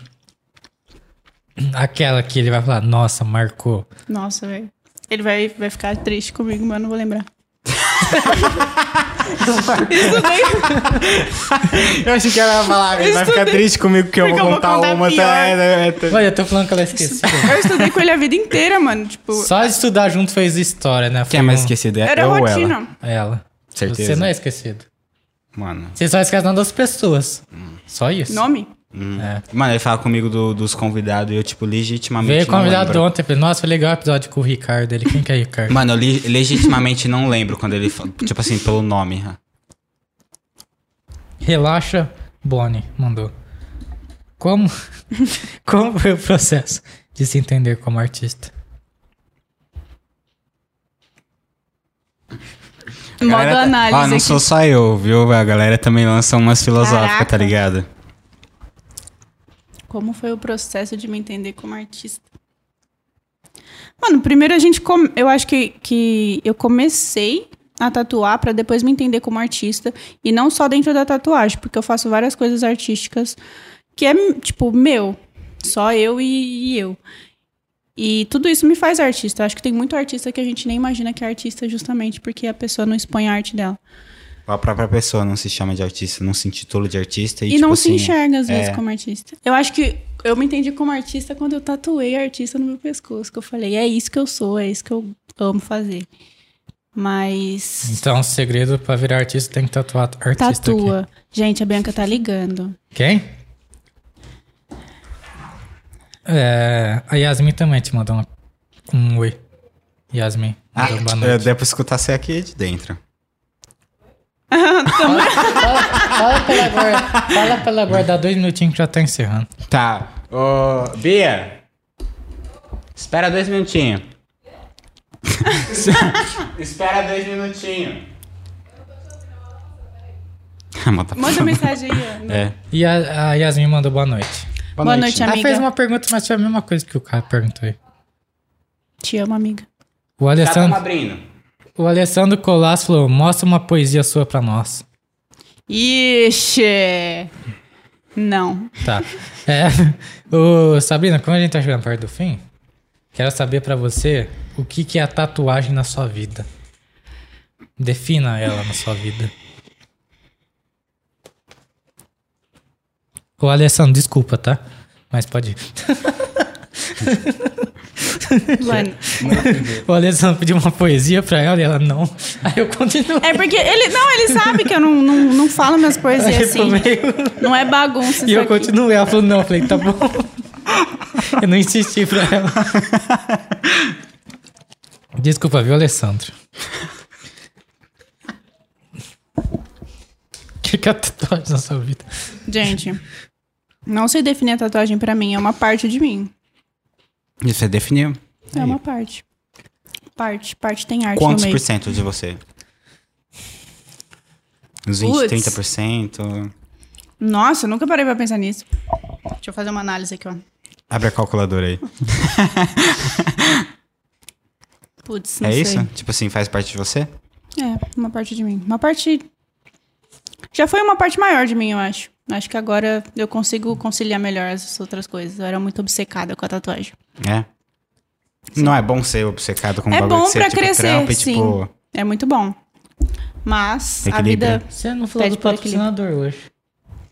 A: Aquela que ele vai falar, nossa, marcou.
C: Nossa, velho. Ele vai, vai ficar triste comigo, mas eu não vou lembrar. Isso daí.
B: Eu achei que ela ia falar, ele vai
C: Isso
B: ficar
C: tem-
B: triste comigo porque eu vou
C: porque eu vou
B: contar
C: contar
B: uma.
C: pior.
B: Tá...
A: Olha, eu tô falando que ela esqueceu.
C: Eu estudei com ele a vida inteira, mano. Tipo,
A: Só de estudar junto fez história, né? Foi
B: Quem é mais
A: um-
B: esquecido? É
C: era
B: eu ou
C: rotina.
B: ela?
A: Ela.
B: Certeza.
A: Você não é esquecido.
B: Mano.
A: Você só esquece o nome das pessoas.
B: Hum.
A: Só isso.
C: Nome?
A: É.
B: Mano, ele fala comigo do- dos convidados e eu, tipo, legitimamente.
A: Veio
B: não
A: convidado
B: lembro.
A: ontem. falei, Nossa, foi legal o episódio com o Ricardo. Ele, quem que é Ricardo?
B: Mano, eu li- legitimamente não lembro quando ele fala, tipo assim, pelo nome.
A: Relaxa, Bonnie mandou. Como, como foi o processo de se entender como artista?
C: Modo
B: Galera tá-
C: análise.
B: Ah, não
C: aqui.
B: sou só eu, viu? A galera também lança umas filosóficas, tá
C: Caraca.
B: ligado?
C: Como foi o processo de me entender como artista? Mano, primeiro a gente. come- Eu acho que, que eu comecei a tatuar pra depois me entender como artista. E não só dentro da tatuagem, porque eu faço várias coisas artísticas que é, tipo, meu. Só eu e, e eu. E tudo isso me faz artista. Eu acho que tem muito artista que a gente nem imagina que é artista justamente porque a pessoa não expõe a arte dela.
B: A própria pessoa não se chama de artista, não se intitula de artista. E,
C: E,
B: tipo
C: não se
B: assim,
C: enxerga às vezes
B: é.
C: como artista. Eu acho que eu me entendi como artista quando eu tatuei artista no meu pescoço, que eu falei, é isso que eu sou, é isso que eu amo fazer. Mas
A: Então, o segredo pra virar artista tem que tatuar artista. aqui.
C: tatua. Gente, a Bianca tá ligando.
A: Quem? É, a Yasmin também te mandou uma- um oi. Yasmin,
B: Ah,
A: mandou boa
B: é,
A: noite.
B: dá pra escutar você aqui de dentro.
A: Fala pela guarda, fala pela guarda, dois minutinhos que já tá encerrando.
B: Tá. Ô, Bia! Espera dois minutinhos. Espera dois minutinhos. Ah, Manda,
C: Manda mensagem aí, Ana.
B: É.
A: E a, a Yasmin mandou boa noite.
C: Boa, noite,
A: Ela
C: amiga.
A: fez uma pergunta, mas foi a mesma coisa que o cara perguntou aí.
C: Te amo, amiga.
A: O
B: Tá, tamo
A: Alessandro,
B: abrindo.
A: o Alessandro Colasso falou, mostra uma poesia sua pra nós.
C: Ixi! Não.
A: Tá. É, ô, Sabrina, como a gente tá chegando perto do fim, quero saber pra você o que, que é a tatuagem na sua vida. Defina ela na sua vida. Ô, Alessandro, desculpa, tá? Mas pode ir.
C: Mano.
A: O Alessandro pediu uma poesia pra ela e ela não. Aí eu continuo.
C: É porque ele. Não, ele sabe que eu não, não, não falo minhas
A: Aí
C: poesias
A: pro
C: assim.
A: meio.
C: Não é bagunça.
A: E
C: isso
A: eu
C: aqui.
A: continuei, ela falou, não, eu falei, tá bom. eu não insisti pra ela. Desculpa, viu, Alessandro? O que, que é tatuagem na sua vida?
C: Gente, não sei definir a tatuagem pra mim, é uma parte de mim.
B: Você definiu.
C: É uma parte. Parte, parte tem arte
B: Quantos
C: no
B: por
C: meio.
B: cento de você? Uns 20,
C: Putz.
B: 30%?
C: Nossa, eu nunca parei pra pensar nisso. Deixa eu fazer uma análise aqui, ó.
B: Abre a calculadora aí.
C: Putz, não
B: É
C: sei.
B: isso? Tipo assim, faz parte de você?
C: É, uma parte de mim. Uma parte. Já foi uma parte maior de mim, eu acho. Acho que agora eu consigo conciliar melhor essas outras coisas. Eu era muito obcecada com a tatuagem.
B: É. Não é bom ser obcecado com um
C: É
B: bagulho
C: bom
B: de ser,
C: pra
B: tipo,
C: crescer,
B: trampo e,
C: sim.
B: tipo,
C: É muito bom. Mas a
B: Equilíbrio. né?
C: vida.
A: Você não falou
C: Pede
A: do
C: por equilíbrio.
A: patrocinador hoje.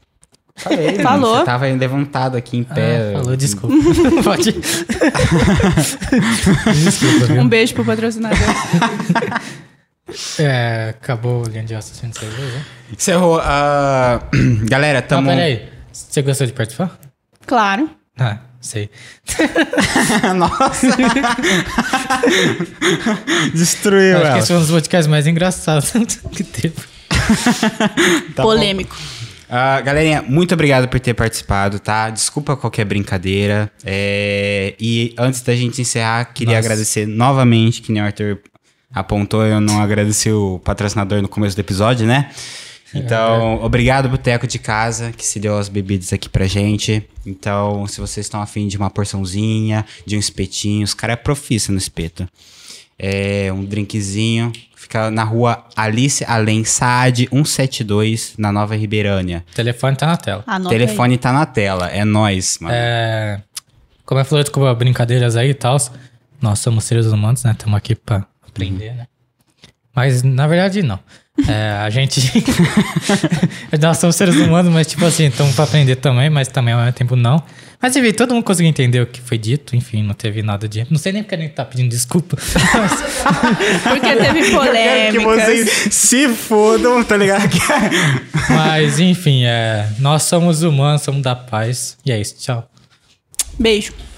B: Falei, mano,
C: Falou.
B: Você tava aí levantado aqui em pé.
A: Ah, falou, desculpa. Pode. desculpa,
B: Tá
C: Um
A: viu?
C: beijo pro patrocinador.
A: É, acabou a linha de raciocínio de cerveja. né?
B: Encerrou. ah, galera,
A: Ah,
B: tamo.
A: peraí. Você gostou de participar?
C: claro.
A: Ah, sei.
B: Nossa! Destruiu
A: Eu acho que
B: ela.
A: esse foi um dos podcasts mais engraçados que teve.
B: Tá bom.
C: Polêmico.
B: Ah, galerinha, muito obrigado por ter participado, tá? Desculpa qualquer brincadeira. É, E antes da gente encerrar, queria
A: Nossa.
B: agradecer novamente, que nem o Arthur apontou, eu não agradeci o patrocinador no começo do episódio, né? Então, obrigado, Boteco de Casa, que se deu as bebidas aqui pra gente. Então, se vocês estão afim de uma porçãozinha, de um espetinho, os caras é profissa no espeto. é, um drinkzinho. Fica na rua Alice Além Saad 172, na Nova Ribeirânia.
A: O telefone tá na tela.
C: Anota
B: Telefone tá na tela, é nós, mano.
A: É, como eu falei, desculpa, brincadeiras aí e tal. Nós somos seres humanos, né? Estamos aqui pra aprender, né? Mas, na verdade, não. É, a gente... Nós somos seres humanos, mas, tipo assim, estamos pra aprender também, mas também ao mesmo tempo não. Mas, enfim, todo mundo conseguiu entender o que foi dito. Enfim, não teve nada de... Não sei nem porque a gente tá pedindo desculpa.
C: aí. Porque teve
B: Quero que
C: polêmicas.
B: vocês se fodam, tá ligado?
A: mas, enfim, é, nós somos humanos, somos da paz. E é isso, tchau.
C: Beijo.